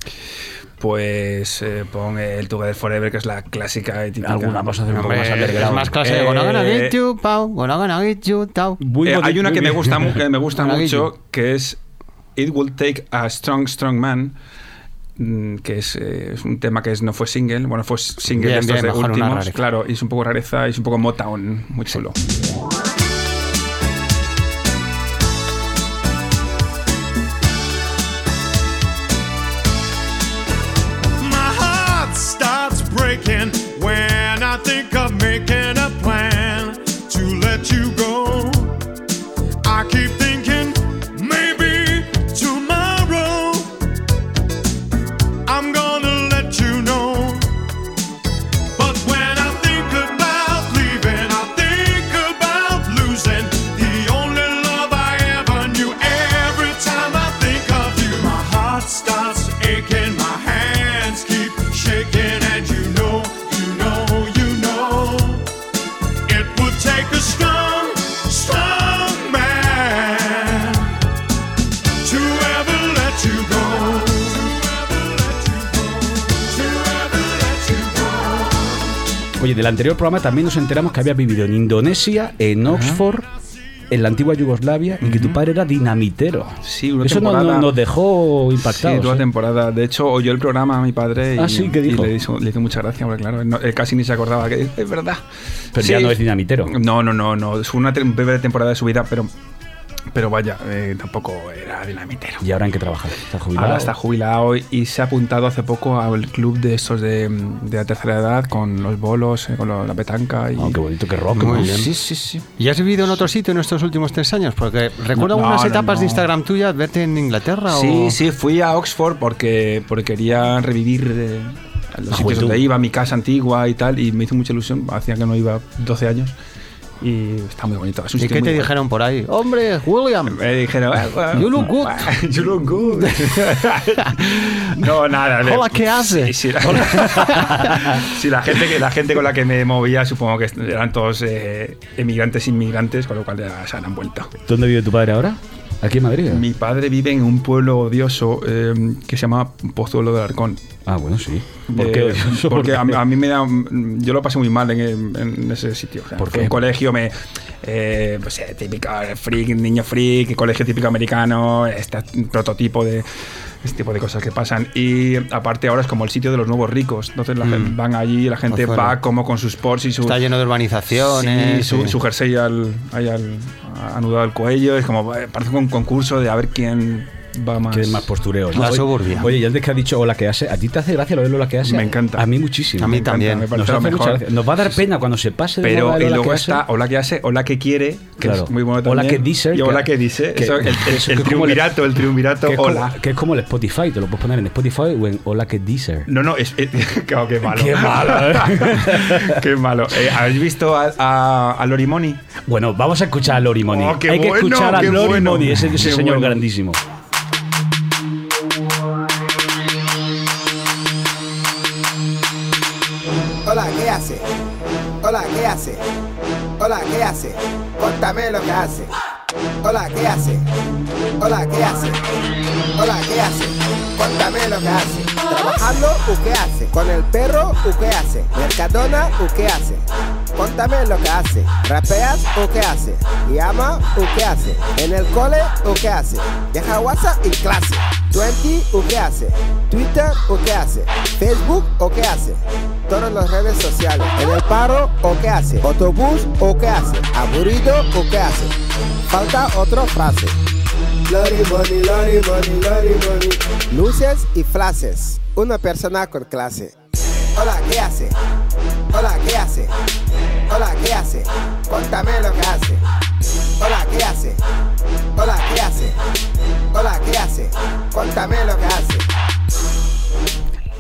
S4: Pues eh, pon el Together Forever, que es la clásica y típica.
S1: Alguna, vamos a hacer un poco
S2: Pues, Hombre,
S1: más
S2: es
S1: underground.
S2: más clase.
S4: Eh,
S2: Gonna gonna get you, pau. Gonna gonna get you, tau.
S1: Muy
S4: Eh,
S1: bonito,
S4: hay una
S1: muy
S4: que me
S1: bien.
S4: gusta, mu- que me gusta
S2: Monaguillo.
S4: mucho, que es It Will Take a Strong, Strong Man, mm, que es, eh, es un tema que es, no fue single, bueno, fue single
S2: Bien,
S4: de estos
S2: bien,
S4: de
S2: mejor una
S4: últimos,
S2: rareza.
S4: claro, y es un poco rareza, y es un poco Motown, muy chulo.
S11: My heart starts breaking when I think of making a plan to let you go. I keep thinking maybe tomorrow I'm gonna let you know. But when I think about leaving, I think about losing the only love I ever knew. Every time I think of you, my heart starts aching, my hands keep shaking, and you know, you know, you know, it would take a strong, strong man to ever let you go. To ever let you go.
S1: Oye, del anterior programa también nos enteramos que habías vivido en Indonesia, en Oxford en la antigua Yugoslavia y que tu padre era dinamitero.
S4: Sí, una
S1: Eso no- no-
S4: temporada.
S1: nos dejó impactados.
S4: Sí, toda
S1: ¿eh?
S4: temporada. De hecho, oyó el programa a mi padre y,
S1: Ah, sí, ¿qué
S4: y
S1: dijo?
S4: le, hizo, le hizo mucha gracia, porque claro, él no- él casi ni se acordaba que es verdad.
S1: Pero
S4: Sí. Mm.
S1: ya no es dinamitero.
S4: No, no, no, no. Es una te- breve temporada de su vida, pero, pero vaya, eh, tampoco era dinamitero.
S1: ¿Y ahora en qué trabaja? ¿Está jubilado?
S4: Ahora está jubilado y- y se ha apuntado hace poco al club de estos de, de la tercera edad con los bolos, eh, con lo- la petanca. Y...
S2: Ah,
S1: qué bonito, qué rock.
S4: Muy
S1: ¿no?
S4: bien. Sí, sí, sí.
S2: ¿Y has vivido en otro sitio en estos últimos tres años? Porque recuerdo
S4: No,
S2: unas
S4: no,
S2: etapas de
S4: no.
S2: Instagram tuyas, verte en Inglaterra
S4: Sí,
S2: o...
S4: sí, fui a Oxford porque, porque quería revivir eh, a los
S1: La
S4: sitios
S1: juventud.
S4: donde iba, mi casa antigua y tal, y me hizo mucha ilusión. Hacía que no iba 12 años y está muy bonito. Es un
S2: ¿Y
S4: sitio
S2: qué
S4: muy
S2: te
S4: guay.
S2: dijeron por ahí? Oh, ¡Hombre, William!
S4: Me dijeron, "Ah, bueno,
S2: You look good.
S4: you look good. no, nada. de-
S2: Hola, ¿qué haces?
S4: Sí, sí, la, Sí, la gente, que, la gente con la que me movía supongo que eran todos eh, emigrantes, inmigrantes, con lo cual ya se han vuelto.
S1: ¿Dónde vive tu padre ahora? ¿Aquí en Madrid?
S4: Mi padre vive en un pueblo odioso eh, que se llama Pozuelo del Arcón.
S1: Ah, bueno, sí. ¿Por
S4: Eh,
S1: qué?
S4: Porque a, a mí me da. Yo lo pasé muy mal en, en ese sitio. O sea,
S1: ¿Por
S4: fue
S1: qué?
S4: un colegio me. eh, pues eh, típico freak, niño freak, colegio típico americano, este prototipo de. Este tipo de cosas que pasan. Y aparte, ahora es como el sitio de los nuevos ricos. Entonces, la
S1: Mm.
S4: gente, van allí, la gente
S2: Pozuelo.
S4: va como con sus sports y su.
S2: Está lleno de
S4: Sí,
S2: urbanizaciones. eh.
S4: su,
S2: sí.
S4: su jersey al, ahí al, anudado al cuello. Es como, eh, parece un concurso de a ver quién va más.
S1: Quieren más postureo. ¿no?
S2: La
S1: Oye-
S2: soburbia.
S1: Oye, y antes que has dicho hola que hace, ¿a ti te hace gracia lo de hola que hace?
S4: Me encanta.
S1: A mí muchísimo.
S2: A mí
S1: Nos
S2: también.
S4: Me parece
S1: hace
S4: lo
S1: mucha
S4: mejor.
S1: gracia. Nos va a dar pena cuando se pase de moda
S4: Pero
S1: el
S4: y
S1: hola
S4: luego
S1: que hace.
S4: está o la que hace, o la que quiere, que
S1: Claro.
S4: es muy bueno
S1: O la
S4: también.
S1: que dice,
S4: Y o
S1: que-
S4: la que dice.
S1: que-
S4: eso, el, el-
S1: eso
S4: el
S1: que es como el-
S4: triunvirato, el triunvirato,
S1: Que es,
S4: hola.
S1: como, que es como el Spotify, te lo puedes poner en Spotify o en Hola que Deezer.
S4: No, no, es, es- claro, qué malo.
S1: Qué malo, ¿eh?
S4: qué malo. Eh, ¿Habéis visto a, a, a Lori Moni?
S1: Bueno, vamos a escuchar a Lori Moni.
S4: Oh, qué
S1: Hay que
S4: bueno,
S1: escuchar a
S4: qué
S1: Lori
S4: bueno.
S1: Moni, ese, ese
S4: Qué
S1: señor
S4: bueno.
S1: grandísimo.
S12: Hola, ¿qué hace? Hola, ¿qué hace? Hola, ¿qué hace? Contame lo que hace. Hola, ¿qué hace? Hola, ¿qué hace? Hola, ¿qué hace? Contame lo que hace. Trabajando, ¿o qué hace? Con el perro, ¿o qué hace? Mercadona, ¿o qué hace? Contame lo que hace. Rapeas, ¿o qué hace? Llama, ¿o qué hace? En el cole, ¿o qué hace? Deja WhatsApp en clase. 20, ¿o qué hace? Twitter, ¿o qué hace? Facebook, ¿o qué hace? Todas las redes sociales. En el paro, ¿o qué hace? Autobús, ¿o qué hace? Aburrido, ¿o qué hace? Falta otra frase. Lori Money, Lori Money, Lori Money. Luces y frases. Una persona con clase. Hola, ¿qué hace? Hola, ¿qué hace? Hola, ¿qué hace? Contame lo que hace. Hola, ¿qué hace? Hola, ¿qué hace? Hola, ¿qué hace? Contame lo que hace.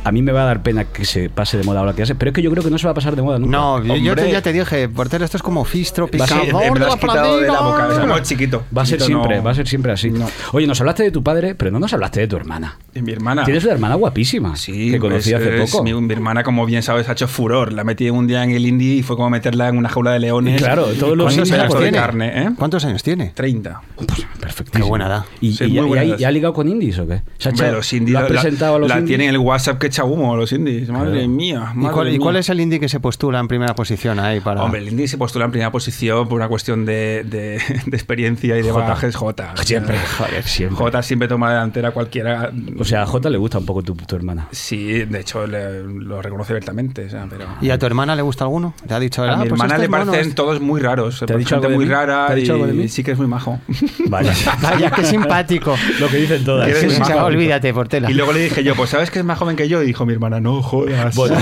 S1: A mí me va a dar pena que se pase de moda Hola que hace, pero es que yo creo que no se va a pasar de moda nunca.
S2: No, yo- yo te-
S4: Hombre.
S2: ya te dije, portero, esto es como Fistro,
S4: Sí,
S2: picador
S4: eh, me
S2: de
S4: lo
S2: la
S4: has quitado de la
S2: Flamingo.
S4: boca. Es como chiquito.
S1: Va a ser
S4: Chiquito,
S1: siempre,
S4: no.
S1: va a ser siempre así.
S4: No.
S1: Oye, nos hablaste de tu padre, pero no nos hablaste de tu hermana.
S4: Y mi hermana.
S1: Tienes una hermana guapísima
S4: Ah. Sí,
S1: que conocí
S4: pues,
S1: hace
S4: es-
S1: poco.
S4: Mi, mi hermana, como bien sabes, ha hecho furor. La metí un día en el indie y fue como meterla en una jaula de leones.
S1: Claro, todos los
S4: con un
S1: indies
S4: pedazo
S1: la
S4: de
S1: tienen.
S4: carne, ¿eh?
S2: ¿Cuántos años tiene?
S4: 30.
S1: Pues, perfectísimo.
S2: Qué buena edad.
S1: ¿Y,
S4: Sí,
S1: y-
S4: muy
S1: y-
S4: buena
S1: y-
S4: edad.
S1: y ha ligado con indies o qué? ¿Se ha
S4: Hombre,
S1: echado-
S4: los indies,
S1: ¿La has presentado a los
S4: la
S1: indies?
S4: tienen el WhatsApp que echa humo los indies. Madre
S1: Claro.
S4: mía.
S2: ¿Y
S4: madre
S2: cuál, y
S4: mía.
S2: cuál es el indie que se postula en primera posición ahí para...?
S4: Hombre, el indie se postula en primera posición por una cuestión de, de- de experiencia y de
S1: Jota.
S4: bagajes J.
S1: Ah, Siempre, joder, siempre.
S4: J siempre toma la delantera cualquiera.
S1: O sea, a Jota le gusta un poco tu, tu hermana.
S4: Sí, de hecho le- lo reconoce abiertamente. o sea, pero...
S2: ¿Y a tu hermana le gusta alguno? ¿Te ha dicho?
S4: A
S2: "Ah,
S4: mi
S2: pues
S4: hermana
S2: este
S4: le
S2: es mono,
S4: parecen
S2: este-".
S4: todos muy raros.
S1: ¿Te ha dicho
S4: gente
S1: algo de
S4: muy
S1: mí?
S4: rara
S1: ¿Te ha dicho
S4: y
S1: algo de mí?
S4: sí que es muy majo.
S1: Vaya.
S2: Vaya, qué simpático.
S1: Lo que dicen todas.
S4: Eres
S2: Sí, sí,
S4: majo.
S2: sí, olvídate, Portela.
S4: Y luego le dije yo, pues ¿sabes que es más joven que yo? Y dijo mi hermana, no jodas.
S1: Bueno.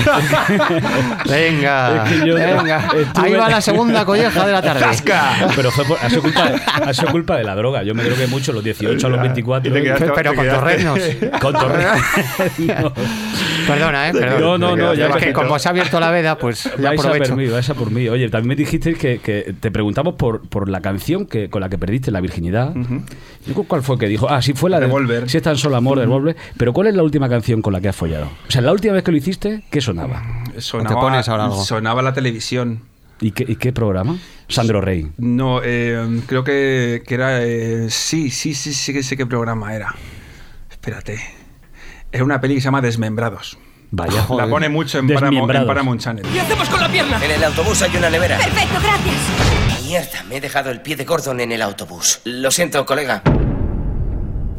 S2: Venga,
S1: Es que yo
S2: venga.
S1: estuve-
S2: Ahí va la segunda colleja de la tarde.
S4: ¡Zasca!
S1: Pero fue por, ha, sido culpa, ha sido culpa de la droga. Yo me creo que mucho, los 18 a los 24.
S4: Y te quedaste-
S2: Pero
S4: te
S2: con
S4: quedaste-
S2: torrenos.
S1: Con torre-
S2: Perdona, ¿eh? Perdona.
S1: No, no, no, ya
S2: Es que
S1: bajito.
S2: como se ha abierto la veda, pues ya
S1: vais a por
S2: aprovecho.
S1: mí, vais a por mí. Oye, también me dijiste que, que te preguntamos por, por la canción que, con la que perdiste la virginidad. Yo cu- ¿Cuál fue que dijo? Ah, sí, fue la de
S4: Revolver.
S1: Si es tan solo amor, de Revolver. Pero ¿cuál es la última canción con la que has follado? O sea, la última vez que lo hiciste, ¿qué sonaba?
S4: Sonaba,
S2: pones ahora algo?
S4: sonaba la televisión.
S1: ¿Y qué, y qué programa? Sandro Rey.
S4: No, eh, creo que, que era. eh, sí, sí, sí, sí que sé qué programa era. Espérate. Era una peli que se llama Desmembrados.
S1: Vaya.
S4: La pone mucho en Paramount, en
S1: Desmembrados.
S4: Paramount Channel.
S13: ¿Qué hacemos con la pierna? En el autobús hay una nevera. Perfecto, gracias. Mierda, me he dejado el pie de Gordon en el autobús. Lo siento, colega.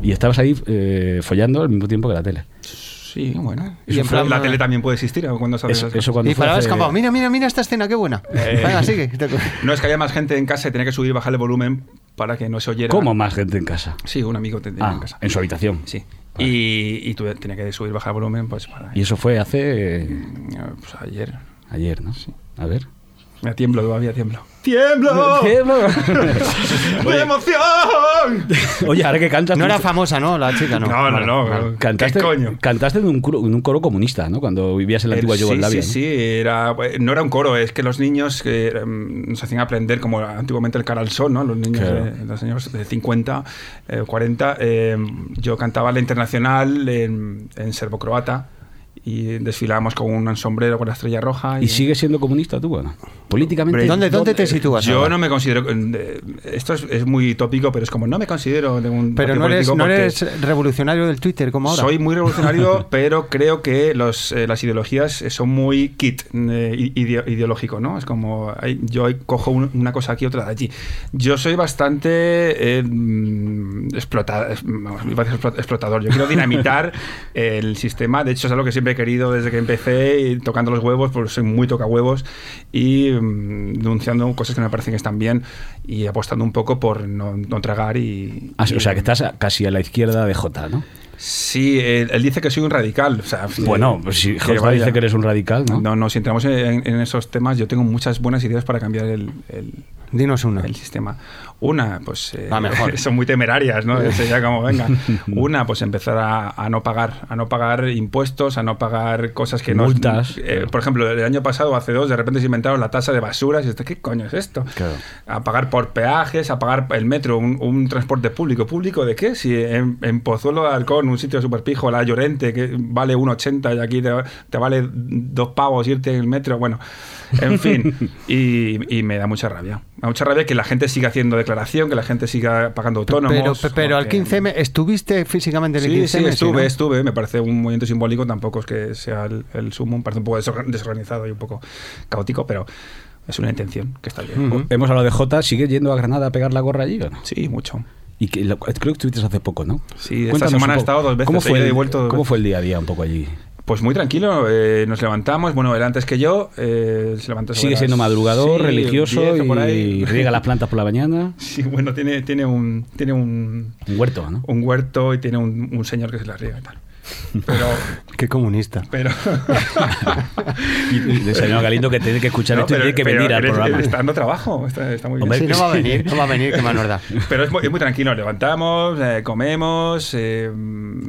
S1: Y estabas ahí eh, follando al mismo tiempo que la tele.
S4: Sí, bueno.
S1: Eso
S4: Y en
S1: fue-
S4: plan, la tele también puede existir. ¿o? Cuando sabes
S1: Eso-
S4: esas cosas?
S1: eso cuando
S6: Y para escampado, mira, mira, mira esta escena, qué buena.
S4: Eh,
S6: Venga, sigue.
S4: No es que haya más gente en casa y tenía que subir y bajar el volumen para que no se oyera.
S1: ¿Cómo más gente en casa?
S4: Sí, un amigo te tenía
S1: Ah,
S4: en casa.
S1: en su habitación.
S4: Sí. Y, y tú tenías que subir y bajar el volumen pues para...
S1: Y eso fue hace. eh,
S4: Pues ayer.
S1: Ayer, ¿no? Sí. A ver.
S4: Me tiemblo, todavía tiemblo.
S6: ¡Tiemblo!
S1: ¡Tiemblo!
S4: ¡De
S6: emoción!
S1: Oye, ahora que cantas.
S6: No era
S1: mucho-
S6: famosa, ¿no? La chica, ¿no?
S4: No, no,
S6: Vale,
S4: no.
S6: vale.
S1: Cantaste, cantaste en, un coro, en un coro comunista, ¿no? Cuando vivías en la antigua
S4: Eh,
S1: Yugoslavia.
S4: Sí, sí, sí, era, no era un coro, es que los niños que, eh, nos hacían aprender, como antiguamente el Caralson, ¿no? los niños
S1: Claro.
S4: de, de los años de 50, eh, 40, eh, yo cantaba la internacional en, en serbo-croata y desfilábamos con un sombrero con la estrella roja.
S1: ¿no? ¿Y sigues siendo comunista tú, bueno? Políticamente.
S4: Yo no me considero. eh, Esto es, es muy tópico, pero es como no me considero de un.
S6: Pero
S4: partido
S6: no eres,
S4: político
S6: no
S4: porque-
S6: eres revolucionario del Twitter como ahora.
S4: soy muy revolucionario, pero creo que los, eh, las ideologías eh, son muy kit eh, i- ideo- ideológico, ¿no? Es como hay- yo hay- cojo un- una cosa aquí, otra de allí. Yo soy bastante eh, mm, explota- es- vamos, iba a decir explot- explotador. Yo quiero dinamitar el sistema. De hecho, es algo que siempre he querido desde que empecé, y tocando los huevos, porque soy muy toca huevos y mm, denunciando cosas que no me parecen que están bien y apostando un poco por no, no tragar y,
S1: Ah, sí, o sea, que estás a- casi a la izquierda de J, ¿no?
S4: Sí, él, él dice que soy un radical. o sea,
S1: Bueno,
S4: eh,
S1: pues si
S4: que
S1: J
S4: vaya.
S1: dice que eres un radical, ¿no?
S4: No, no, si entramos en, en esos temas, yo tengo muchas buenas ideas para cambiar el, el-
S6: Dinos una.
S4: el sistema. Una, pues. eh,
S6: La mejor.
S4: son muy temerarias, ¿no? Sería como, venga. Una, pues empezar a, a no pagar. A no pagar impuestos, a no pagar cosas que no.
S1: Multas.
S4: eh, por ejemplo, el año pasado, hace dos, de repente se inventaron la tasa de basuras. Y esto, ¿Qué coño es esto?
S1: Claro.
S4: a pagar por peajes, a pagar el metro, un, un transporte público. ¿Público de qué? Si en, en Pozuelo de Alcón, un sitio súper pijo, la Llorente, que vale 1,80 y aquí te, te vale dos pavos irte en el metro. Bueno, en fin. y, y me da mucha rabia. Me da mucha rabia que la gente siga haciendo declaración, que la gente siga pagando autónomos.
S6: Pero, pero al
S4: porque-
S6: 15M, ¿estuviste físicamente en el
S4: Sí,
S6: 15M?
S4: sí, estuve,
S6: ¿no?
S4: estuve. Me parece un movimiento simbólico, tampoco es que sea el, el sumo, me parece un poco desor- desorganizado y un poco caótico, pero es una intención que está bien.
S1: Hemos hablado de J, ¿sigues yendo a Granada a pegar la gorra allí o no?
S4: Sí, mucho.
S1: Y que, lo- creo que estuviste hace poco, ¿no?
S4: Sí, esta
S1: Cuéntanos
S4: semana
S1: un
S4: he
S1: poco,
S4: estado dos veces,
S1: ¿Cómo
S4: he
S1: fue,
S4: ido
S1: el,
S4: y vuelto dos
S1: ¿Cómo
S4: veces.
S1: fue el día a día un poco allí?
S4: Pues muy tranquilo, eh, nos levantamos, bueno, él antes que yo, eh, se levantó sobre
S1: ¿Sigue
S4: las-
S1: siendo madrugador,
S4: sí,
S1: religioso
S4: 10 o por ahí.
S1: y riega las plantas por la mañana?
S4: Sí, bueno, tiene, tiene, un, tiene un,
S1: Un huerto, ¿no?
S4: un huerto y tiene un, un señor que se las riega y tal. Pero,
S6: Qué comunista.
S4: pero...
S1: Y el señor Galindo que tiene que escuchar
S4: No,
S1: esto y
S4: pero-
S1: tiene que
S4: pero
S1: venir al
S4: eres-
S1: programa.
S4: Está dando trabajo, está, está muy bien.
S1: Hombre, Sí, no va a sí. venir,
S6: no va a venir, qué mal nos da.
S4: Pero es muy, es muy tranquilo, levantamos, eh, comemos... Eh,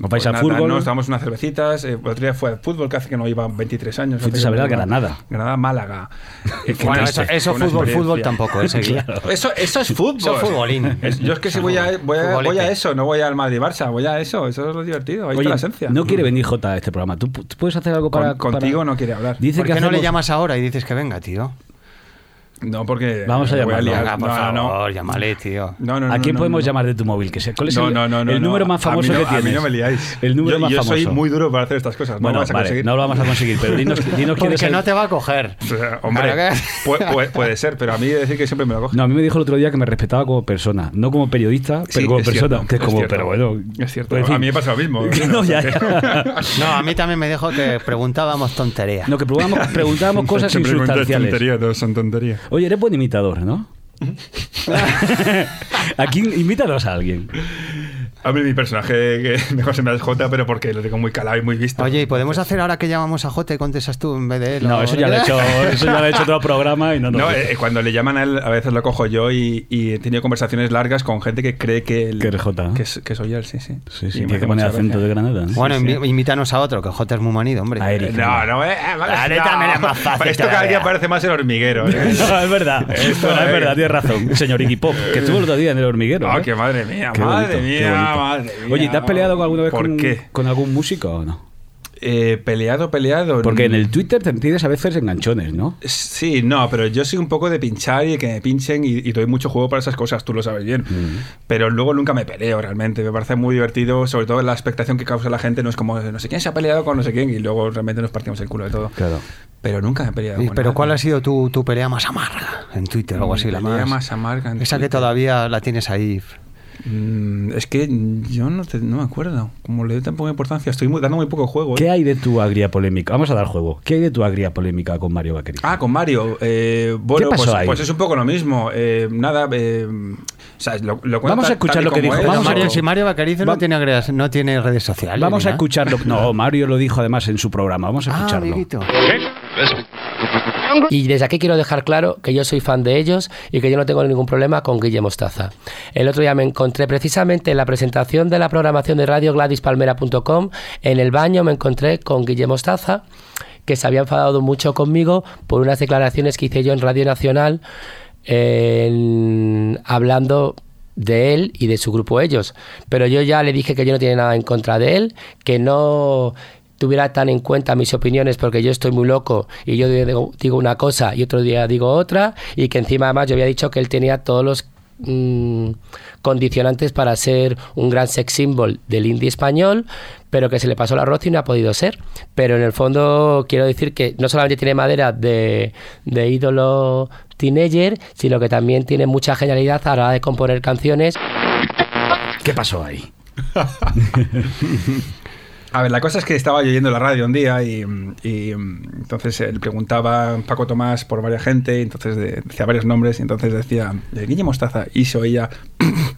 S4: ¿Os
S1: vais al fútbol,
S4: Nos
S1: no?
S4: damos unas cervecitas. eh, el otro día fue al fútbol, que hace que no iba 23 años.
S1: Fuisteis a ver al Granada.
S4: Granada, Málaga. Eh, fue
S6: Bueno,
S4: una-
S6: eso- eso
S4: fue una
S6: fútbol,
S4: experiencia.
S6: fútbol tampoco, eh, ese día.
S1: Claro.
S4: Eso, eso es fútbol.
S6: Eso es futbolín.
S4: Es- yo es que si voy a, voy, a, voy a eso, no voy al Madrid-Barça, voy a eso. Eso es lo divertido, ahí
S1: Oye,
S4: está la esencia.
S1: no quiere venir J a este programa. ¿Tú, pu- tú puedes hacer algo
S4: Con-
S1: para...?
S4: contigo
S1: para-
S4: no quiere hablar.
S1: Dice
S6: ¿Por
S1: que
S6: qué no le
S1: hacemos-
S6: llamas ahora y dices que venga, tío?
S4: No, porque.
S1: Vamos a
S4: me voy
S1: llamarlo.
S4: liar.
S6: Venga, por
S4: No, no, no.
S6: favor, llámale, tío.
S4: No, no, no,
S1: ¿A quién
S4: no,
S1: podemos
S4: no.
S1: llamar de tu móvil? Que sea- ¿Cuál es
S4: No,
S1: el,
S4: no, no,
S1: el
S4: no, no.
S1: número más
S4: A mí
S1: famoso
S4: no-
S1: que tienes?
S4: A mí no me liáis.
S1: El número
S4: yo,
S1: más
S4: yo
S1: famoso.
S4: soy muy duro para hacer estas cosas. No
S1: Bueno,
S4: lo vas a
S1: vale,
S4: conseguir.
S1: no lo vamos a conseguir, pero dinos, dinos quién es
S6: Porque
S1: el-
S6: no te va a coger.
S4: O sea, hombre,
S6: Claro que-
S4: pu- pu- puede, ser, pero a mí he de decir que siempre me lo coge.
S1: No, a mí me dijo el otro día que me respetaba como persona, no como periodista, pero
S4: Sí,
S1: como
S4: es
S1: persona.
S4: cierto,
S1: que es
S4: es
S1: como,
S4: cierto.
S1: pero bueno.
S4: Es cierto.
S1: puedes
S4: A mí me pasa lo mismo. ¿eh?
S1: Que no, ya, ya.
S6: No, a mí también me dijo que preguntábamos tonterías.
S1: No, que probamos- preguntábamos cosas
S4: Siempre cuentas
S1: insustanciales.
S4: tonterías, todos son tonterías.
S1: Oye, eres buen imitador, ¿no? Aquí invítanos a alguien.
S4: A mí mi personaje que mejor se me da es Jota, pero porque lo tengo muy calado y muy visto.
S6: Oye, ¿y podemos hacer ahora que llamamos a Jote y contestas tú en vez de él?
S1: No, eso ya lo he hecho, eso ya lo he hecho otro programa y no nos
S4: No, eh, eh, cuando le llaman a él, a veces lo cojo yo y, y he tenido conversaciones largas con gente que cree que, el-
S1: Que eres Jota, ¿no?
S4: que, es- que soy él, sí, sí.
S1: Sí,
S4: Y
S1: sí,
S4: me
S1: tiene
S4: hace
S1: que poner
S4: mucha
S1: acento de
S4: gracia.
S1: Granada. ¿no?
S6: Bueno,
S4: Sí,
S6: invi- invítanos a otro, que Jote es muy manido, hombre.
S1: A Eric.
S4: No, no, eh, eh,
S6: Dale,
S4: no.
S6: también es más fácil
S4: Esto cada
S6: todavía.
S4: día parece más el hormiguero.
S1: No,
S4: ¿eh?
S1: es verdad.
S4: Esto,
S1: Bueno, es
S4: eh.
S1: verdad, tienes razón. Señor Iggy Pop, que estuvo el otro día en el hormiguero.
S4: Ah,
S1: ¿eh?
S4: qué madre mía,
S1: Qué
S4: madre
S1: bonito, qué
S4: mía,
S1: bonito.
S4: madre mía.
S1: Oye, ¿te has peleado alguna vez
S4: ¿Por
S1: con,
S4: qué?
S1: con algún músico o no?
S4: eh, peleado, peleado.
S1: Porque en el Twitter te tienes a veces enganchones, ¿no?
S4: Sí, no, pero yo soy un poco de pinchar y que me pinchen y, y doy mucho juego para esas cosas, tú lo sabes bien.
S6: Mm.
S4: Pero luego nunca me peleo realmente. Me parece muy divertido, sobre todo la expectación que causa la gente. No es como, no sé quién se ha peleado con no sé quién y luego realmente nos partimos el culo de todo.
S1: Claro.
S4: Pero nunca me he peleado.
S6: Sí,
S4: con
S6: pero
S4: nadie.
S6: ¿cuál ha sido tu, tu pelea más amarga en Twitter o algo así? La
S4: Mi pelea
S6: más,
S4: más amarga en
S6: Esa que
S4: Twitter.
S6: todavía la tienes ahí.
S4: Mm, es que yo no, te- no me acuerdo. Como le doy tan poca importancia, estoy muy- dando muy poco juego. ¿eh?
S1: ¿Qué hay de tu agria polémica? Vamos a dar juego. ¿Qué hay de tu agria polémica con Mario Vaquerizo?
S4: Ah, con Mario. Eh, bueno,
S1: pasó
S4: pues,
S1: ahí?
S4: pues es un poco lo mismo. Eh, nada, eh, o sea, lo, lo cuento
S1: Vamos a
S4: tal y
S1: escuchar lo que
S4: como
S1: dijo.
S4: es,
S1: Vamos a-
S4: tampoco-
S6: Mario, si Mario Bacarizo
S1: Va-
S6: no, tiene, agregas- no tiene redes sociales.
S1: Vamos
S6: ni
S1: a
S6: nada.
S1: escucharlo. No, Mario lo dijo además en su programa. Vamos a
S6: Ah,
S1: escucharlo.
S6: amiguito.
S14: Y desde aquí quiero dejar claro que yo soy fan de ellos y que yo no tengo ningún problema con Guille Mostaza. El otro día me encontré precisamente en la presentación de la programación de radio GladysPalmera.com. En el baño me encontré con Guille Mostaza, que se había enfadado mucho conmigo por unas declaraciones que hice yo en Radio Nacional en- hablando de él y de su grupo ellos. Pero yo ya le dije que yo no tenía nada en contra de él, que no tuviera tan en cuenta mis opiniones porque yo estoy muy loco y yo digo, digo una cosa y otro día digo otra y que encima además yo había dicho que él tenía todos los mm, condicionantes para ser un gran sex symbol del indie español pero que se le pasó el arroz y no ha podido ser pero en el fondo quiero decir que no solamente tiene madera de, de ídolo teenager sino que también tiene mucha genialidad a la hora de componer canciones
S1: ¿Qué pasó ahí?
S4: A ver, la cosa es que estaba yo oyendo la radio un día y, y, mm, entonces eh, le preguntaba a Paco Tomás por varias gente, y entonces de- decía varios nombres y entonces decía eh, Guille Mostaza y se oía... Ah,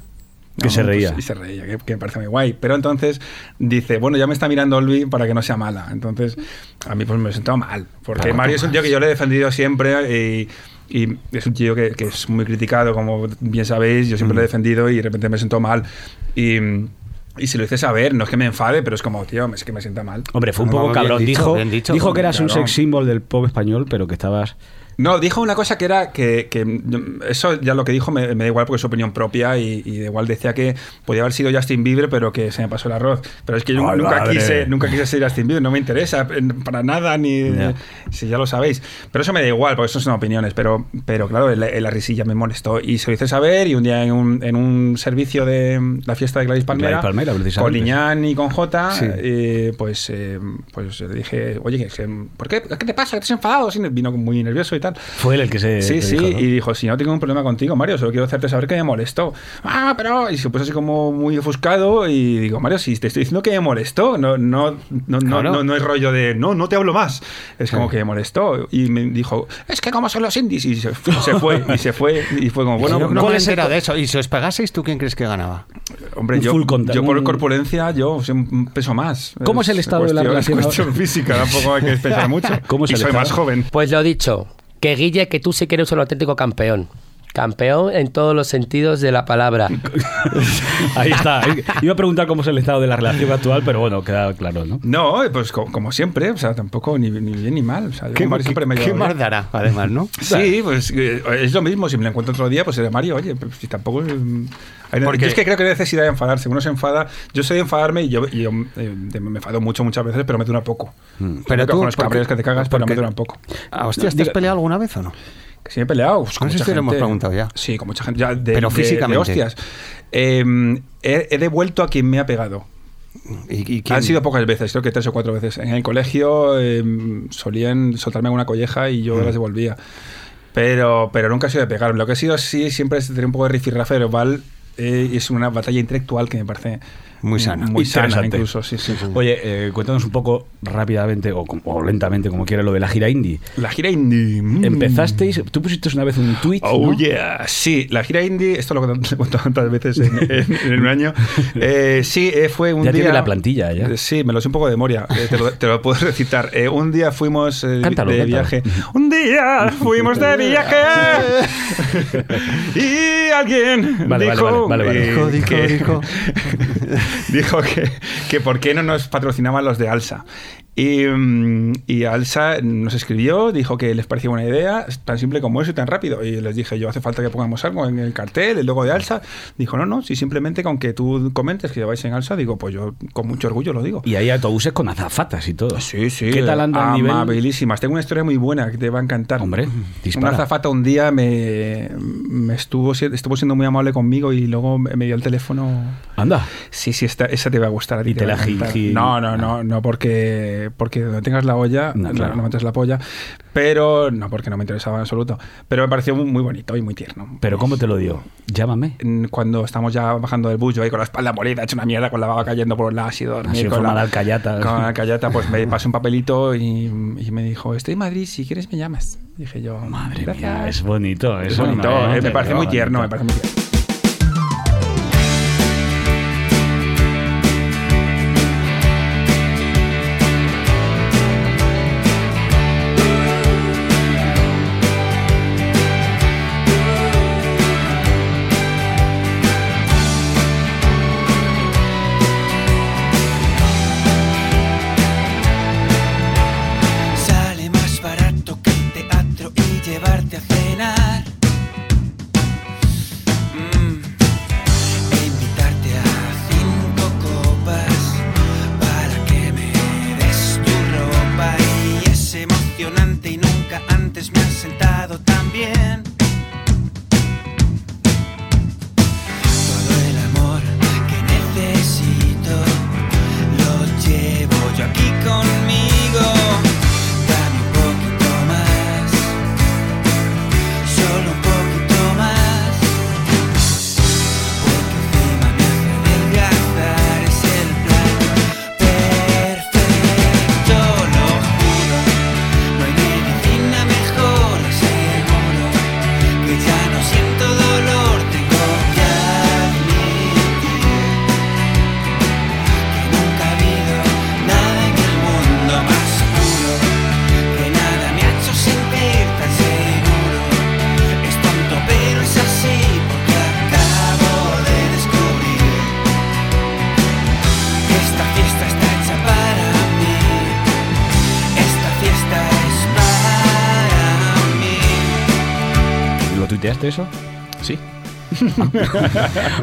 S4: pues
S1: Que se reía.
S4: y se reía, que, que me parece muy guay. Pero entonces dice, bueno, ya me está mirando Olvi para que no sea mala. Entonces a mí pues me he sentado mal, porque
S15: Paco
S4: Mario es un tío que yo le he defendido siempre y... y es un tío que, que es muy criticado, como bien sabéis, yo siempre lo he defendido y de repente me sentó mal. Y, mm, y si lo hice saber, no es que me enfade, pero es como, tío, es que me sienta mal.
S1: Hombre, fue un
S4: No,
S1: poco
S4: no, bien
S1: cabrón.
S4: dicho,
S1: dijo,
S4: bien dicho.
S1: dijo que eras un
S4: Claro.
S1: sex symbol del pop español, pero que estabas.
S4: No, dijo una cosa que era que, que, mm, eso ya lo que dijo me, me da igual porque es su opinión propia y, y da igual decía que podía haber sido Justin Bieber pero que se me pasó el arroz. Pero es que yo
S15: ¡Ay,
S4: nunca
S15: madre!
S4: quise, nunca quise ser Justin Bieber, no me interesa eh, para nada ni
S15: Ya.
S4: si ya lo sabéis. Pero eso me da igual porque eso son opiniones. Pero, pero claro, la, la risilla me molestó y se lo hice saber y un día en un, en un servicio de mm, la fiesta de Gladys Palmera,
S1: Gladys Palmera, precisamente.
S4: con Liñán y con Jota,
S1: Sí.
S4: eh, pues, eh, pues le dije, oye, que- que- ¿por qué? ¿qué te pasa? ¿Qué estás enfadado? Así, vino muy nervioso y tal.
S1: Fue él el que se.
S4: Sí,
S1: te
S4: sí,
S1: Eh, dijo, ¿no?
S4: y dijo, si no tengo un problema contigo, Mario, solo quiero hacerte saber que me molestó. Ah, pero... Y se puso así como muy ofuscado y digo, Mario, si te estoy diciendo que me molestó, no, no, no, no-
S15: Claro.
S4: no, no es rollo de, no, no te hablo más. Es como que me molestó y me dijo, es que como son los indies, y se, fu- se fue, y se fue, y fue como, bueno,
S6: Yo
S4: no
S6: no me he
S4: es el-
S6: enterado de eso. Y si os pagaseis, ¿tú quién crees que ganaba?
S4: Hombre,
S6: un
S4: yo,
S6: full contact,
S4: yo por
S6: un-
S4: corpulencia, yo soy un peso más.
S6: ¿Cómo es el estado de la
S4: cuestión-
S14: relación
S4: Es cuestión
S14: ahora?
S4: física, tampoco hay que pensar mucho. y soy más joven.
S14: Pues lo dicho, que Guille, que tú sí que eres un auténtico campeón. Campeón en todos los sentidos de la palabra.
S1: Ahí está. Iba a preguntar cómo es el estado de la relación actual, pero bueno, queda claro, ¿no?
S4: No, eh, pues co- como siempre, o sea, tampoco ni, ni bien ni mal. O sea, yo
S1: ¿Qué-
S4: con Mario
S1: qué-
S4: siempre me he
S1: qué
S4: llevado
S1: más
S4: bien.
S1: dará, además, no?
S4: sí, pues eh, es lo mismo. Si me lo encuentro otro día, pues será Mario, oye, pues, si tampoco. mm, hay nada-
S15: Porque-
S4: Yo es que creo que hay necesidad de enfadarse. Uno se enfada. Yo soy de enfadarme y yo, y yo, eh, de- me enfado mucho muchas veces, pero me dura poco.
S6: Pero
S4: Nunca
S6: tú,
S4: con los
S6: ¿por qué-
S4: cabreos que te cagas, pero me
S6: porque-
S4: duran poco.
S6: Ah, hostia, ¿te has peleado alguna vez o no?
S4: Que si me he peleado. pues, con
S6: No sé
S4: mucha
S6: si lo hemos
S4: gente.
S6: preguntado ya.
S4: Sí, con mucha gente. Ya, de,
S6: Pero
S4: de-
S6: físicamente.
S4: de hostias. Eh, he, he devuelto a quien me ha pegado.
S6: quién?
S4: Han sido pocas veces, creo que tres o cuatro veces. En el colegio eh, solían soltarme alguna colleja y yo
S15: Mm.
S4: las devolvía. Pero, pero nunca he sido de pegar. Lo que he sido sí siempre es tener un poco de rifirrafe verbal eh, y es una batalla intelectual que me parece
S6: muy sana.
S4: Muy sana
S1: Interesante.
S4: incluso, sí, sí.
S1: Oye, eh, cuéntanos un poco rápidamente o, com- o lentamente, como quiera, lo de la gira indie.
S4: La gira indie.
S1: Empezasteis, tú pusiste una vez un tweet.
S4: Mm, Oh, yeah. Sí, la gira indie, esto lo he contado tantas veces en, en- en un año. Eh, sí, eh, fue un
S1: Ya
S4: día.
S1: tiene la plantilla, ya.
S4: Eh, Sí, me lo sé un poco de memoria. eh, te, lo, te lo puedo recitar. Eh, un día fuimos eh,
S1: Cántalo,
S4: de
S1: cántalo.
S4: viaje. Un día fuimos de viaje. y alguien
S1: Vale, vale,
S4: dijo,
S1: vale, vale, vale.
S4: eh,
S1: Dijo, dijo,
S4: que,
S1: dijo.
S4: dijo que, que por qué no nos patrocinaban los de Alsa. Y, mm, y Alsa nos escribió, dijo que les parecía buena idea, tan simple como eso y tan rápido. Y les dije, yo hace falta que pongamos algo en el cartel, el logo de Alsa. Dijo, no, no, si simplemente con que tú comentes que vais en Alsa, digo, pues yo con mucho orgullo lo digo.
S1: Y hay autobuses con azafatas y todo.
S4: Sí, sí.
S1: ¿Qué tal anda el nivel?
S4: Amabilísimas. Tengo una historia muy buena que te va a encantar. Hombre,
S1: dispara.
S4: Una azafata un día me, me estuvo, si- estuvo siendo muy amable conmigo y luego me me dio el teléfono.
S1: Anda.
S4: Sí, sí, esta, esa te va a gustar a ti.
S1: Y te
S4: va a
S1: la gi-
S4: encantar.
S1: gi-
S4: No, no, no, no, porque, porque donde tengas la olla,
S1: No,
S4: no,
S1: claro.
S4: no metes la polla. Pero no, porque no me interesaba en absoluto. Pero me pareció muy, muy bonito y muy tierno.
S1: ¿Pero cómo te lo dio? Llámame.
S4: Mm, Cuando estamos ya bajando del bullo ahí con la espalda molida, hecho una mierda, con la baba cayendo por el ácido. dormir,
S1: Así en
S4: con
S1: forma
S4: la-
S1: de alcayata.
S4: con la callata, pues me pasó un papelito y, y me dijo, estoy en Madrid, si quieres me llamas. Dije yo, madre
S1: Mira, es bonito, es,
S4: Es bonito,
S1: bonito,
S4: eh, me parece muy tierno, me parece muy tierno.
S9: Sale más barato que el teatro y llevarte a cenar. Mm. E invitarte a cinco copas para que me des tu ropa. Y es emocionante y nunca antes me has sentado tan bien. Todo el amor que necesito lo llevo yo aquí conmigo. Dame un poquito más, solo un poquito más, porque encima me hace adelgazar, es el plan perfecto, lo juro, no hay medicina mejor, seguro, que ya no siento dolor, tengo que admitir que nunca ha habido nada en el mundo más puro. Que nada me ha hecho sentir tan seguro Es tonto pero es así porque acabo de descubrir Que esta fiesta está hecha para mí Esta fiesta es para mí
S1: ¿Lo tuiteaste eso?
S4: Sí.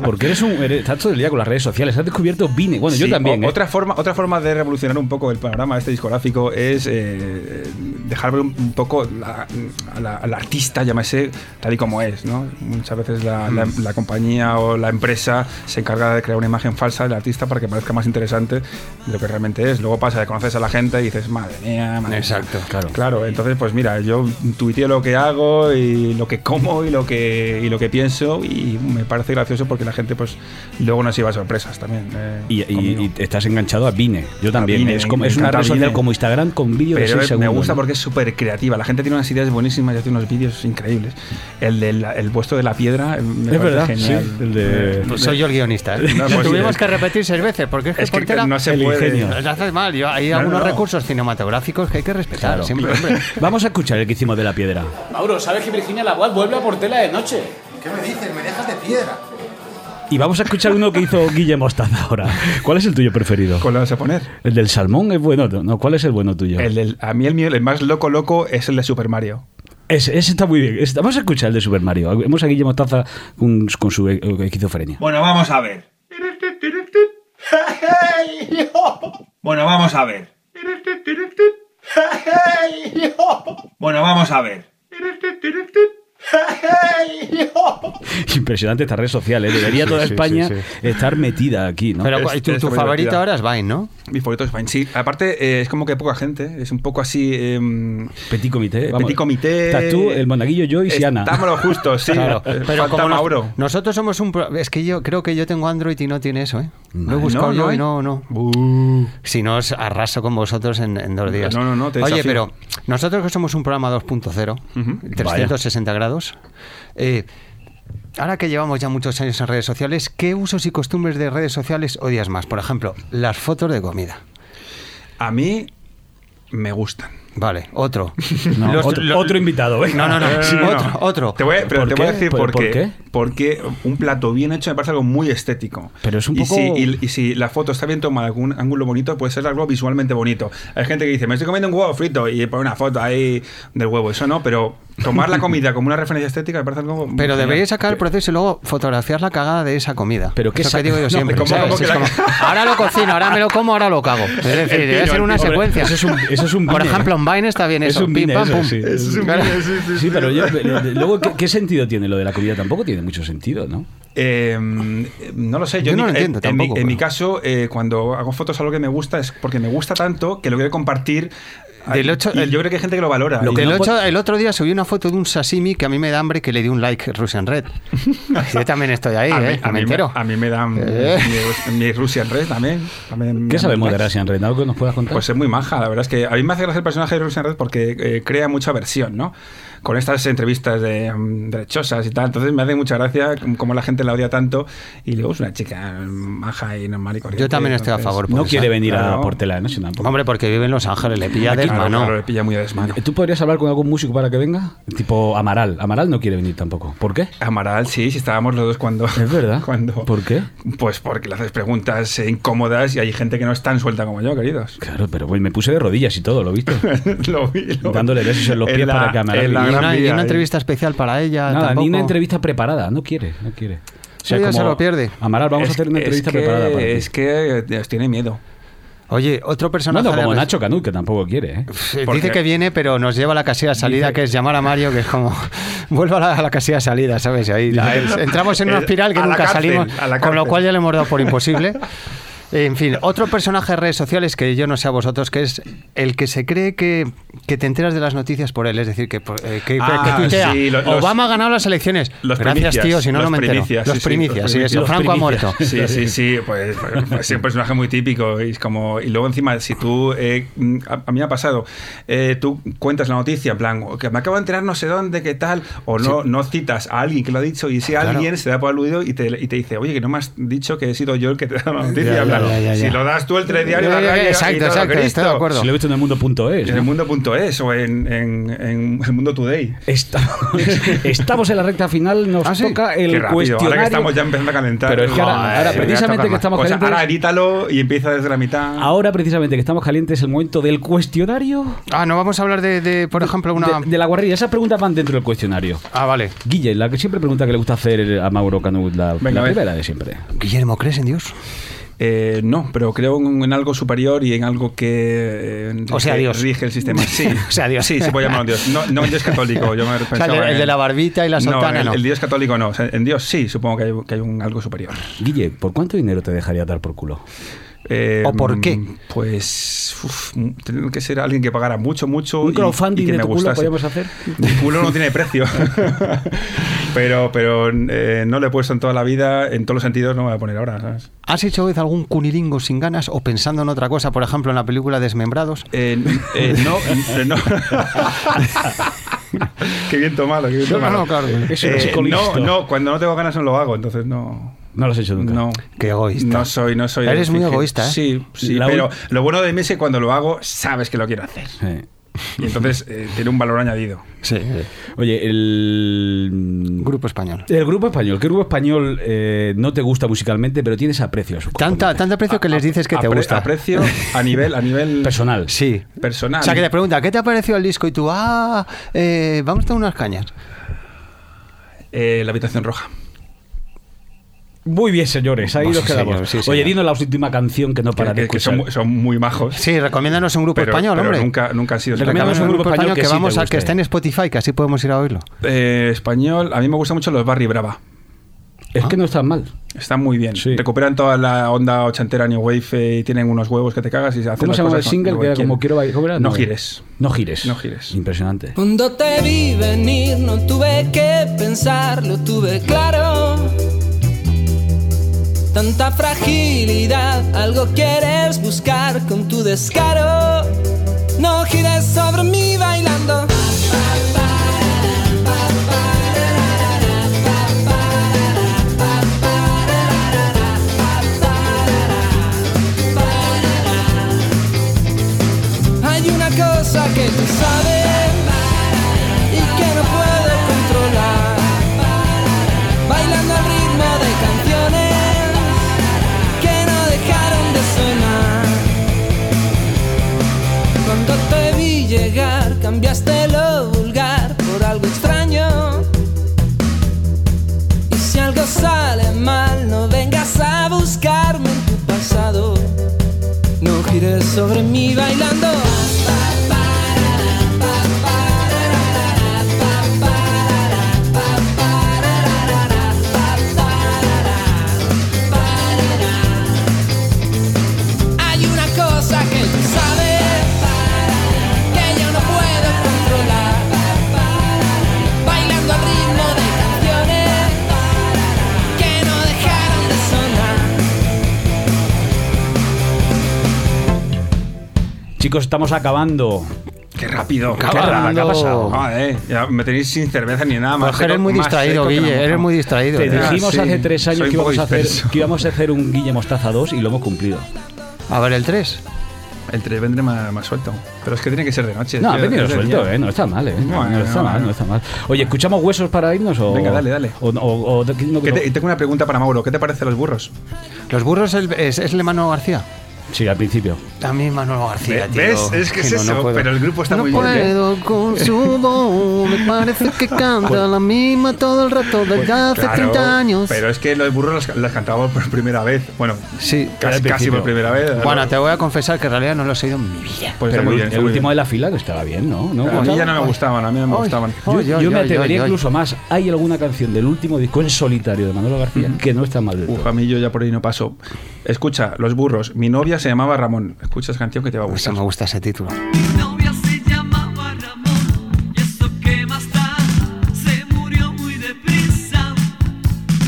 S1: Porque eres un. eres- estás todo el día con las redes sociales. Has descubierto Vine. Bueno, yo
S4: Sí,
S1: también.
S4: o-
S1: ¿eh?
S4: Otra, forma, otra forma de revolucionar un poco el panorama este discográfico es eh, dejar ver un, un poco la- a la- al artista, llámese, tal y como es. ¿no? Muchas veces la, la- la compañía o la empresa se encarga de crear una imagen falsa del artista para que parezca más interesante de lo que realmente es. Luego pasa, de conoces a la gente y dices, madre mía, madre Exacto, claro. Claro, entonces, pues mira, yo tuiteo lo que hago y lo que como y lo que, y lo que pienso y me parece gracioso porque la gente, pues, luego nos lleva sorpresas también. eh,
S1: Y, y- y estás enganchado a Vine. Yo también.
S4: Vine,
S1: es,
S4: me
S1: como, es una
S4: encanta
S1: red social
S4: Vine.
S1: como Instagram con vídeo de
S4: Pero
S1: 6
S4: me
S1: segundos.
S4: gusta
S1: ¿no?
S4: porque es súper creativa. La gente tiene unas ideas buenísimas y hace unos vídeos increíbles. El del el puesto de la piedra eh, me
S1: Es
S4: parece
S1: verdad,
S4: genial.
S1: sí, el de- Pues soy yo el guionista, ¿eh?
S4: No,
S6: Lo
S4: pues sí,
S6: tuvimos
S4: es-
S6: que repetir seis veces porque es que,
S4: es que
S6: Portela-
S4: no se El puede. ingenio.
S6: Lo haces mal. Yo, hay
S4: No, no,
S6: algunos
S4: no.
S6: recursos cinematográficos que hay que respetar
S1: Claro.
S6: siempre. hombre.
S1: Vamos a escuchar el que hicimos de la piedra.
S16: Mauro, ¿sabes que Virginia Laguad vuelve a Portela de noche?
S11: ¿Qué me dices? ¿Me dejas de piedra?
S1: Y vamos a escuchar uno que hizo Guillermo Mostaza ahora. ¿Cuál es el tuyo preferido?
S4: ¿Cuál vas a poner?
S1: El del salmón es bueno. No, ¿cuál es el bueno tuyo?
S4: el del- a mí el mío, el más loco loco, es el de Super Mario.
S1: Ese, ese está muy bien. Ese- Vamos a escuchar el de Super Mario. Vemos a Guillermo Mostaza con, con su eh, esquizofrenia.
S11: Bueno, vamos a ver. Bueno, vamos a ver. Bueno, vamos a ver.
S1: Impresionante esta red social. ¿eh? Debería
S4: Sí,
S1: toda
S4: sí,
S1: estar
S4: sí,
S1: estar metida aquí, ¿no?
S6: Pero, ¿y tu- tu favorito ahora es Vine, ¿no?
S4: Mi favorito es Vine, sí. Aparte, eh, es como que poca gente. Es un poco así. em,
S1: Petit comité. vamos.
S4: petit comité.
S1: Estás tú, el monaguillo, yo y Siana.
S4: Estamos los justos, sí.
S6: Claro,
S4: Eh,
S6: pero
S4: falta
S6: como nos-
S4: Mauro.
S6: nosotros somos un... pro- Es que yo creo que yo tengo Android y no tiene eso, ¿eh? Lo he
S4: No,
S6: buscado
S4: no
S6: yo
S4: hay.
S6: y no, no. Si no, os arraso con vosotros en, en dos días.
S4: No, no, no, te
S6: Oye,
S4: desafío.
S6: pero nosotros que somos un programa 2.0,
S4: Ujú.
S6: 360 grados, eh, ahora que llevamos ya muchos años en redes sociales, ¿qué usos y costumbres de redes sociales odias más? Por ejemplo, las fotos de comida.
S4: A mí me gustan.
S6: Vale, otro.
S1: No, otro- otro invitado, venga.
S6: No, no,
S4: Eh,
S6: no.
S1: Sí,
S6: otro, otro.
S4: Te voy a, pero
S1: ¿Por
S4: te voy a
S1: qué?
S4: decir
S1: ¿Por-
S4: por,
S1: por
S4: qué.
S1: qué?
S4: Porque un plato bien hecho me parece algo muy este, estético.
S1: Pero es un
S4: y
S1: poco-
S4: Si, y, y si la foto está bien tomada, algún ángulo bonito, puede ser algo visualmente bonito. Hay gente que dice, me estoy comiendo un huevo frito y pone una foto ahí del huevo. Eso no, pero tomar la comida como una referencia estética me parece algo. muy
S6: Pero
S4: genial.
S6: deberíais sacar el proceso y luego fotografiar la cagada de esa comida.
S1: Pero qué
S6: Eso
S1: sa-
S6: que digo yo
S1: No,
S6: siempre.
S1: ¿cómo-
S6: ¿sabes?
S1: cómo que
S6: Es
S1: la-
S6: como, ahora lo cocino, ahora me lo como, ahora lo cago. Es
S1: El- el
S6: decir,
S1: pino,
S6: debe ser
S1: el
S6: una
S1: pino.
S6: secuencia.
S1: Eso es un- eso es un
S6: Por
S1: vine. ¿eh?
S6: ejemplo, en Vine está bien eso.
S1: es un
S6: pim,
S1: vine,
S6: pam,
S1: eso,
S6: pum.
S1: sí.
S6: Claro.
S1: Sí, pero yo, eh, luego, ¿qué, qué sentido tiene lo de la comida? Tampoco tiene mucho sentido, ¿no?
S4: Eh, no lo sé, yo,
S1: Yo
S4: en
S1: no
S4: mi-
S1: lo entiendo
S4: en, en
S1: tampoco,
S4: mi, en mi
S1: pero-
S4: caso, eh, cuando hago fotos algo que me gusta es porque me gusta tanto que lo quiero compartir.
S6: Del ocho-
S4: y yo creo que hay gente que lo valora.
S6: Lo
S4: Y
S6: que el,
S4: no
S6: ocho-
S4: po-
S6: el otro día subí una foto de un sashimi que a mí me da hambre que le di un like Russian Red. Yo también estoy ahí,
S4: a, mí,
S6: ¿eh?
S4: a mí
S6: me
S4: me-
S6: entero.
S4: a mí me dan
S6: Eh.
S4: mi, mi Russian Red también. también
S1: ¿Qué sabemos de
S4: Russian
S1: Russian Red? ¿Algo que nos puedas contar?
S4: Pues es muy maja, la verdad es que a mí me hace gracia el personaje de Russian Red porque eh, crea mucha versión, ¿no? Con estas entrevistas de, mm, derechosas y tal. Entonces me hace mucha gracia com- como la gente la odia tanto y luego es una chica mm, maja y normal y corriente.
S6: Yo también estoy a
S4: entonces-
S6: favor. por
S1: No
S6: esa,
S1: quiere venir
S4: claro.
S1: a Portela, ¿no?
S6: Hombre, porque vive en Los Ángeles, le pilla de
S1: Claro,
S6: mano.
S1: claro,
S4: le pilla muy a desmano.
S1: ¿eh? ¿Tú podrías hablar con algún músico para que venga? Tipo Amaral. Amaral no quiere venir tampoco. ¿Por qué?
S4: Amaral, sí, sí estábamos los dos cuando.
S1: Es verdad.
S4: Cuando,
S1: ¿Por qué?
S4: pues porque le haces preguntas eh, incómodas y hay gente que no es tan suelta como yo, queridos.
S1: Claro, pero bueno, me puse de rodillas y todo, ¿lo viste?
S4: Lo vi, lo-
S1: Dándole besos en los
S4: En
S1: pies
S4: la-
S1: para que Amaral
S4: en la eh.
S6: Y
S1: viniera.
S6: una, y una entrevista
S1: eh.
S6: especial para ella.
S1: Nada,
S6: Ah, tampoco.
S1: ni una entrevista preparada. No quiere, no quiere. O sea,
S6: Ella
S1: como-
S6: se lo pierde.
S1: Amaral, vamos a hacer una entrevista
S4: que,
S1: preparada para ti.
S4: Es que eh, os tiene miedo.
S6: Oye, otro personaje.
S1: Bueno, como
S6: de-
S1: Nacho Canut, que tampoco quiere, ¿eh?
S6: Eh,
S1: Porque-
S6: Dice que viene, pero nos lleva a la casilla de salida, que es llamar a Mario, que es como. Vuelva a la, a la casilla de salida, ¿sabes? Y ahí la- eh, entramos en una
S4: El-
S6: espiral que
S4: eh, a la
S6: nunca
S4: cárcel,
S6: salimos,
S4: a la
S6: con lo
S4: cárcel.
S6: cual ya le hemos dado por imposible. En fin, otro personaje de redes sociales que yo no sé a vosotros, que es el que se cree que, que te enteras de las noticias por él, es decir, que, por- eh, que,
S4: Ah,
S6: que tuitea,
S4: sí, lo- los-
S6: Obama ha ganado las elecciones.
S4: Los
S6: Gracias,
S4: primicias,
S6: tío, si no,
S4: los
S6: no me
S4: primicias,
S6: entero.
S4: sí,
S6: Los
S4: sí,
S6: primicias, sí, eso,
S4: los
S6: Franco ha
S4: primicias.
S6: muerto.
S4: Sí, sí, sí, pues, pues, pues, es un personaje muy típico. Y, es como, y luego encima, si tú, eh, mm, a, a mí me ha pasado, eh, tú cuentas la noticia, en plan, o que me acabo de enterar no sé dónde, qué tal, o no, no citas a alguien que lo ha dicho, y si
S6: Claro.
S4: alguien se da por aludido y te, y te dice, oye, que no me has dicho que he sido yo el que te da la noticia,
S6: Ya,
S4: en plan,
S6: ya, ya, ya, ya.
S4: si lo das tú el telediario,
S6: Ya,
S4: la
S6: ya, ya,
S4: radio y
S6: exacto,
S4: todo,
S6: exacto, estoy de
S4: Cristo.
S6: acuerdo.
S1: Si lo he visto en el mundo.es.
S4: En
S1: ¿no?
S4: el mundo.es o en, en, en el mundo today.
S6: Ah,
S1: Estamos en la recta final, nos toca el
S4: Qué rápido,
S1: cuestionario.
S4: Ahora que estamos ya empezando a calentar.
S1: Pero es que ahora- ahora precisamente que estamos
S4: Pues
S1: calientes-
S4: Ahora edítalo y empieza desde la mitad.
S1: Ahora, precisamente, que estamos calientes, es el momento del cuestionario.
S6: Ah, no vamos a hablar de, de, por ejemplo, una.
S1: De, de la guarrilla. Esas preguntas van dentro del cuestionario.
S6: Ah, vale.
S1: Guille, la que siempre pregunta que le gusta hacer a Mauro Canut, la,
S4: Venga,
S1: la
S4: a ver.
S1: primera de siempre.
S6: Guillermo, ¿crees en Dios?
S4: Eh, no, pero creo en, en algo superior y en algo que eh,
S6: O sea,
S4: rige-
S6: Dios.
S4: rige el sistema. Sí,
S6: O sea, Dios.
S4: Sí, se puede llamar Dios. No, no en Dios católico. Yo me
S6: sea,
S4: pensaba
S6: el de- el
S4: en-
S6: de la barbita y la
S4: No,
S6: sotana,
S4: el,
S6: no.
S4: el Dios católico no. O sea, en Dios sí, supongo que hay, que hay un algo superior.
S1: Guille, ¿por cuánto dinero te dejaría dar por culo?
S4: Eh,
S1: ¿O por qué?
S4: Pues uf, tener que ser alguien que pagara mucho, mucho.
S1: ¿Un
S4: y-
S1: crowdfunding
S4: y que
S1: de
S4: me
S1: tu culo
S4: gustase.
S1: podríamos hacer?
S4: Mi culo no tiene precio. pero pero eh, no le he puesto en toda la vida, en todos los sentidos, no me voy a poner ahora. ¿sabes?
S6: ¿Has hecho vez algún cunilingo sin ganas o pensando en otra cosa, por ejemplo, en la película Desmembrados?
S4: Eh, eh, no, eh, no. qué bien tomado, qué bien
S6: No, no,
S4: tomado.
S6: no, claro. Es un chico
S4: Eh, no,
S6: listo.
S4: no, cuando no tengo ganas no lo hago, entonces no.
S1: No lo has hecho nunca.
S4: No.
S6: Qué egoísta.
S4: No soy, no soy.
S6: Eres muy
S4: fíjate.
S6: egoísta, ¿eh?
S4: Sí, sí.
S6: La
S4: pero
S6: ul-
S4: lo bueno de mí es que cuando lo hago, sabes que lo quiero hacer. Y entonces eh, tiene un valor añadido.
S6: Sí. eh,
S1: Oye, el.
S6: Grupo español.
S1: El grupo español. ¿Qué grupo español eh, no te gusta musicalmente, pero tienes aprecio a su
S6: Tanta, tanto aprecio que les dices que te
S4: Pues, Apre-
S6: gusta.
S4: Aprecio a nivel, a nivel
S1: personal.
S6: Sí.
S4: personal.
S6: O sea, que te pregunta, ¿qué te ha parecido el disco? Y tú, ah, eh, vamos a tomar unas cañas.
S4: Eh, la habitación roja.
S1: Muy bien, señores. Ahí
S4: Sí,
S1: nos quedamos.
S4: señor, sí,
S1: Oye,
S4: señor.
S1: dinos la última canción que no para de
S4: Que- que- que son,
S1: escuchar.
S4: mu- son muy majos.
S6: Sí, recomiéndanos un grupo
S4: Pero-
S6: español,
S4: pero
S6: hombre.
S4: Nunca, nunca han sido.
S6: Recomiéndanos un grupo español que,
S4: sí te
S6: vamos a
S4: guste.
S6: que está en Spotify, que así podemos ir a oírlo.
S4: Eh, español, a mí me gustan mucho los Barry Brava.
S1: Es
S4: ¿Ah?
S1: que no están mal.
S4: Están muy bien. Recuperan toda la onda ochentera New Wave eh, y tienen unos huevos que te cagas y se hacen
S1: ¿Cómo
S4: las
S1: se llama el
S4: cosas
S1: single?
S4: como
S1: Que era como
S4: quieren.
S1: quiero bailar. ¿cómo era?
S4: No gires.
S1: No gires.
S4: No gires.
S1: Impresionante.
S17: Cuando te vi venir no tuve que pensar, lo tuve claro. Tanta fragilidad, algo quieres buscar con tu descaro. No gires sobre mí bailando. Hay una cosa cosa que tú sabes y que no puedo controlar. Bailando al ritmo de canciones que no dejaron de sonar. Cuando te vi llegar, cambiaste lo vulgar por algo extraño. Y si algo sale mal, no vengas a buscarme en tu pasado. No gires sobre mí bailando. Hay una cosa que tú sabes que yo no puedo controlar. Bailando al ritmo de canciones que no dejaron de sonar.
S1: Chicos, estamos acabando.
S4: Qué rápido.
S1: Qué rápido, ¿qué ha pasado?
S4: Joder, ya me tenéis sin cerveza ni nada más.
S6: Pues eres
S4: seco-
S6: muy
S4: más
S6: distraído,
S4: seco que la
S6: Guille,
S4: moja.
S6: eres muy distraído.
S1: Te
S6: ¿verdad?
S1: dijimos
S4: Ah,
S6: Sí.
S1: hace tres años
S6: Soy
S1: que
S6: un poco
S1: íbamos, a hacer,
S6: disperso.
S1: que íbamos a hacer un Guille Mostaza 2 y lo hemos cumplido.
S6: A ver, el 3.
S4: El 3 vendré más, más suelto. Pero es que tiene que ser de noche.
S1: No, ha
S4: tío,
S1: venido
S4: es de
S1: suelto,
S4: día.
S1: eh, no está mal, eh. No,
S4: Bueno,
S1: no está mal,
S4: bueno.
S1: no está mal. Oye, ¿escuchamos huesos para irnos o...?
S4: Venga, dale, dale.
S1: O, o- o- no-
S4: ¿Qué te- y tengo una pregunta para Mauro. ¿Qué te parecen los burros?
S6: ¿Los burros el- es, es el de Manuel García?
S1: Sí, al principio.
S6: A mí Manuel García,
S4: Ve-
S6: tío.
S4: Eh, ¿Ves? Es que es
S6: no, no
S4: eso,
S6: puedo.
S4: pero el grupo Pues está
S6: No
S4: muy bien. ¿eh?
S6: puedo con su voz, me parece que canta la misma todo el rato desde hace
S4: pues Claro,
S6: 30 años.
S4: Pero es que los burros las, las cantábamos por primera vez. Bueno,
S6: sí,
S4: casi, casi por primera vez.
S6: Bueno, te voy a confesar que en realidad no los he oído en mi vida.
S4: Pues
S1: Pero
S4: está muy
S1: el,
S4: bien,
S1: el
S4: está muy
S1: último de la fila que estaba bien, ¿no? ¿No?
S4: a mí ya no me gustaban, a mí no me
S1: Ay,
S4: gustaban.
S1: Yo, yo me atrevería
S4: atrevería
S1: incluso más. Hay alguna canción del último disco en solitario de Manolo García que no está mal del todo.
S4: Uf, a mí yo ya por ahí no paso. Escucha, Los Burros. Mi novia se llamaba Ramón. Escucha esa canción que te va a gustar.
S6: me gusta ese título.
S18: novia se llamaba Ramón y eso que más da se murió muy deprisa.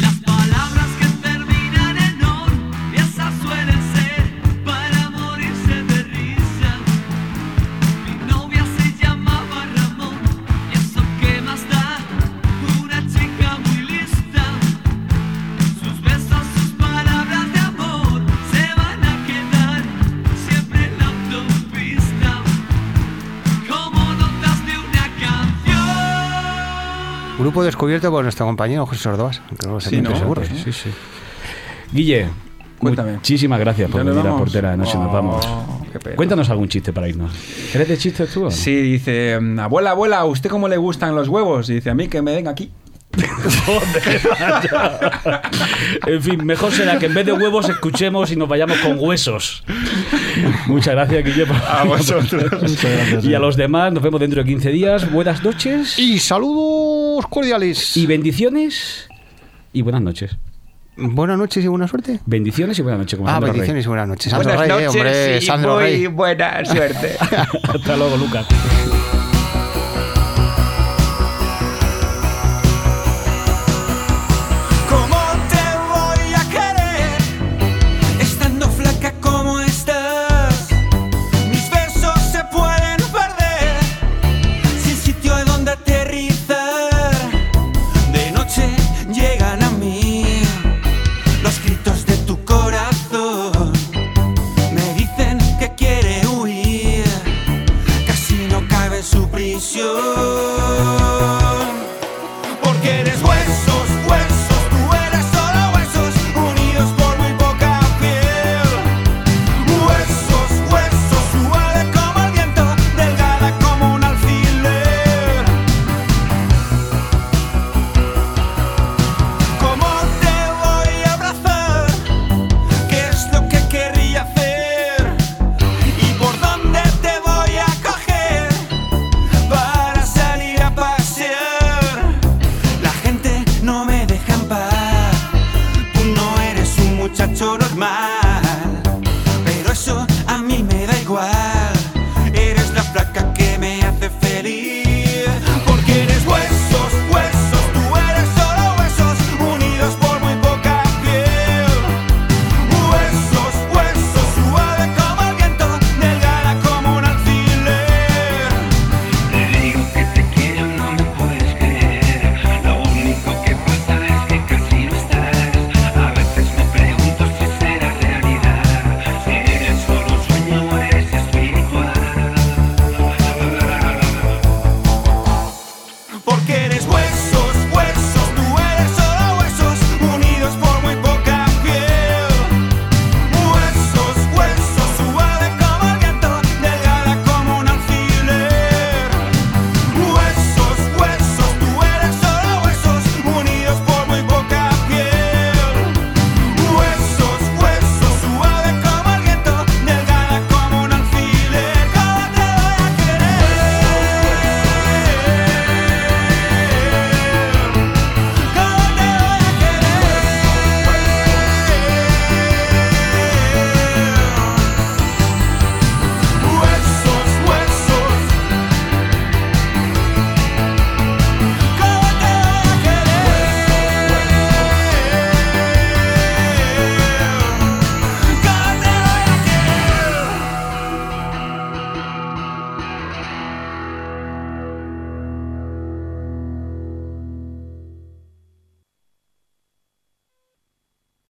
S18: Las palabras que terminan en on esas suelen ser para morirse de risa. Mi novia se llamaba Ramón y eso que más da una chica muy lista. Sus besos, sus palabras de amor se van a quedar siempre en la autopista. Como notas de una canción
S6: Grupo descubierto por nuestro compañero José Sordoas. que luego se
S1: Sí,
S6: mete
S1: ¿no?
S6: seguros,
S1: Sí,
S6: ¿eh?
S1: Guille, muchísimas gracias Pues por
S4: ¿Ya nos
S1: venir a
S4: vamos?
S1: Portera de Noche. Nos vamos.
S4: Oh, qué pena.
S1: Cuéntanos algún chiste para irnos. ¿Eres de chistes tú? o no?
S4: Sí, dice, abuela, abuela, ¿a usted cómo le gustan los huevos? Y dice, a mí que me den aquí.
S1: En fin, mejor será que en vez de huevos escuchemos y nos vayamos con huesos. Muchas gracias, Guille. por-
S4: A vosotros. Muchas gracias.
S1: Y a los demás, nos vemos dentro de 15 días. Buenas noches.
S6: Y saludos cordiales.
S1: Y bendiciones. Y buenas noches.
S6: Buenas noches y buena suerte.
S1: Bendiciones y buenas noches. como
S6: Ah,
S1: Sandro Rey.
S6: bendiciones y buenas noches. Sandro Buenas Rey, eh, noches hombre, y Sandro muy Rey.
S4: buena suerte.
S1: Hasta luego, Lucas.
S5: ¿Cómo te voy a querer? Estando flaca como estás. Mis besos se pueden perder. Sin sitio en donde aterrizar. De noche llegan a mí los gritos de tu corazón. Me dicen que quiere huir. Casi no cabe en su prisión.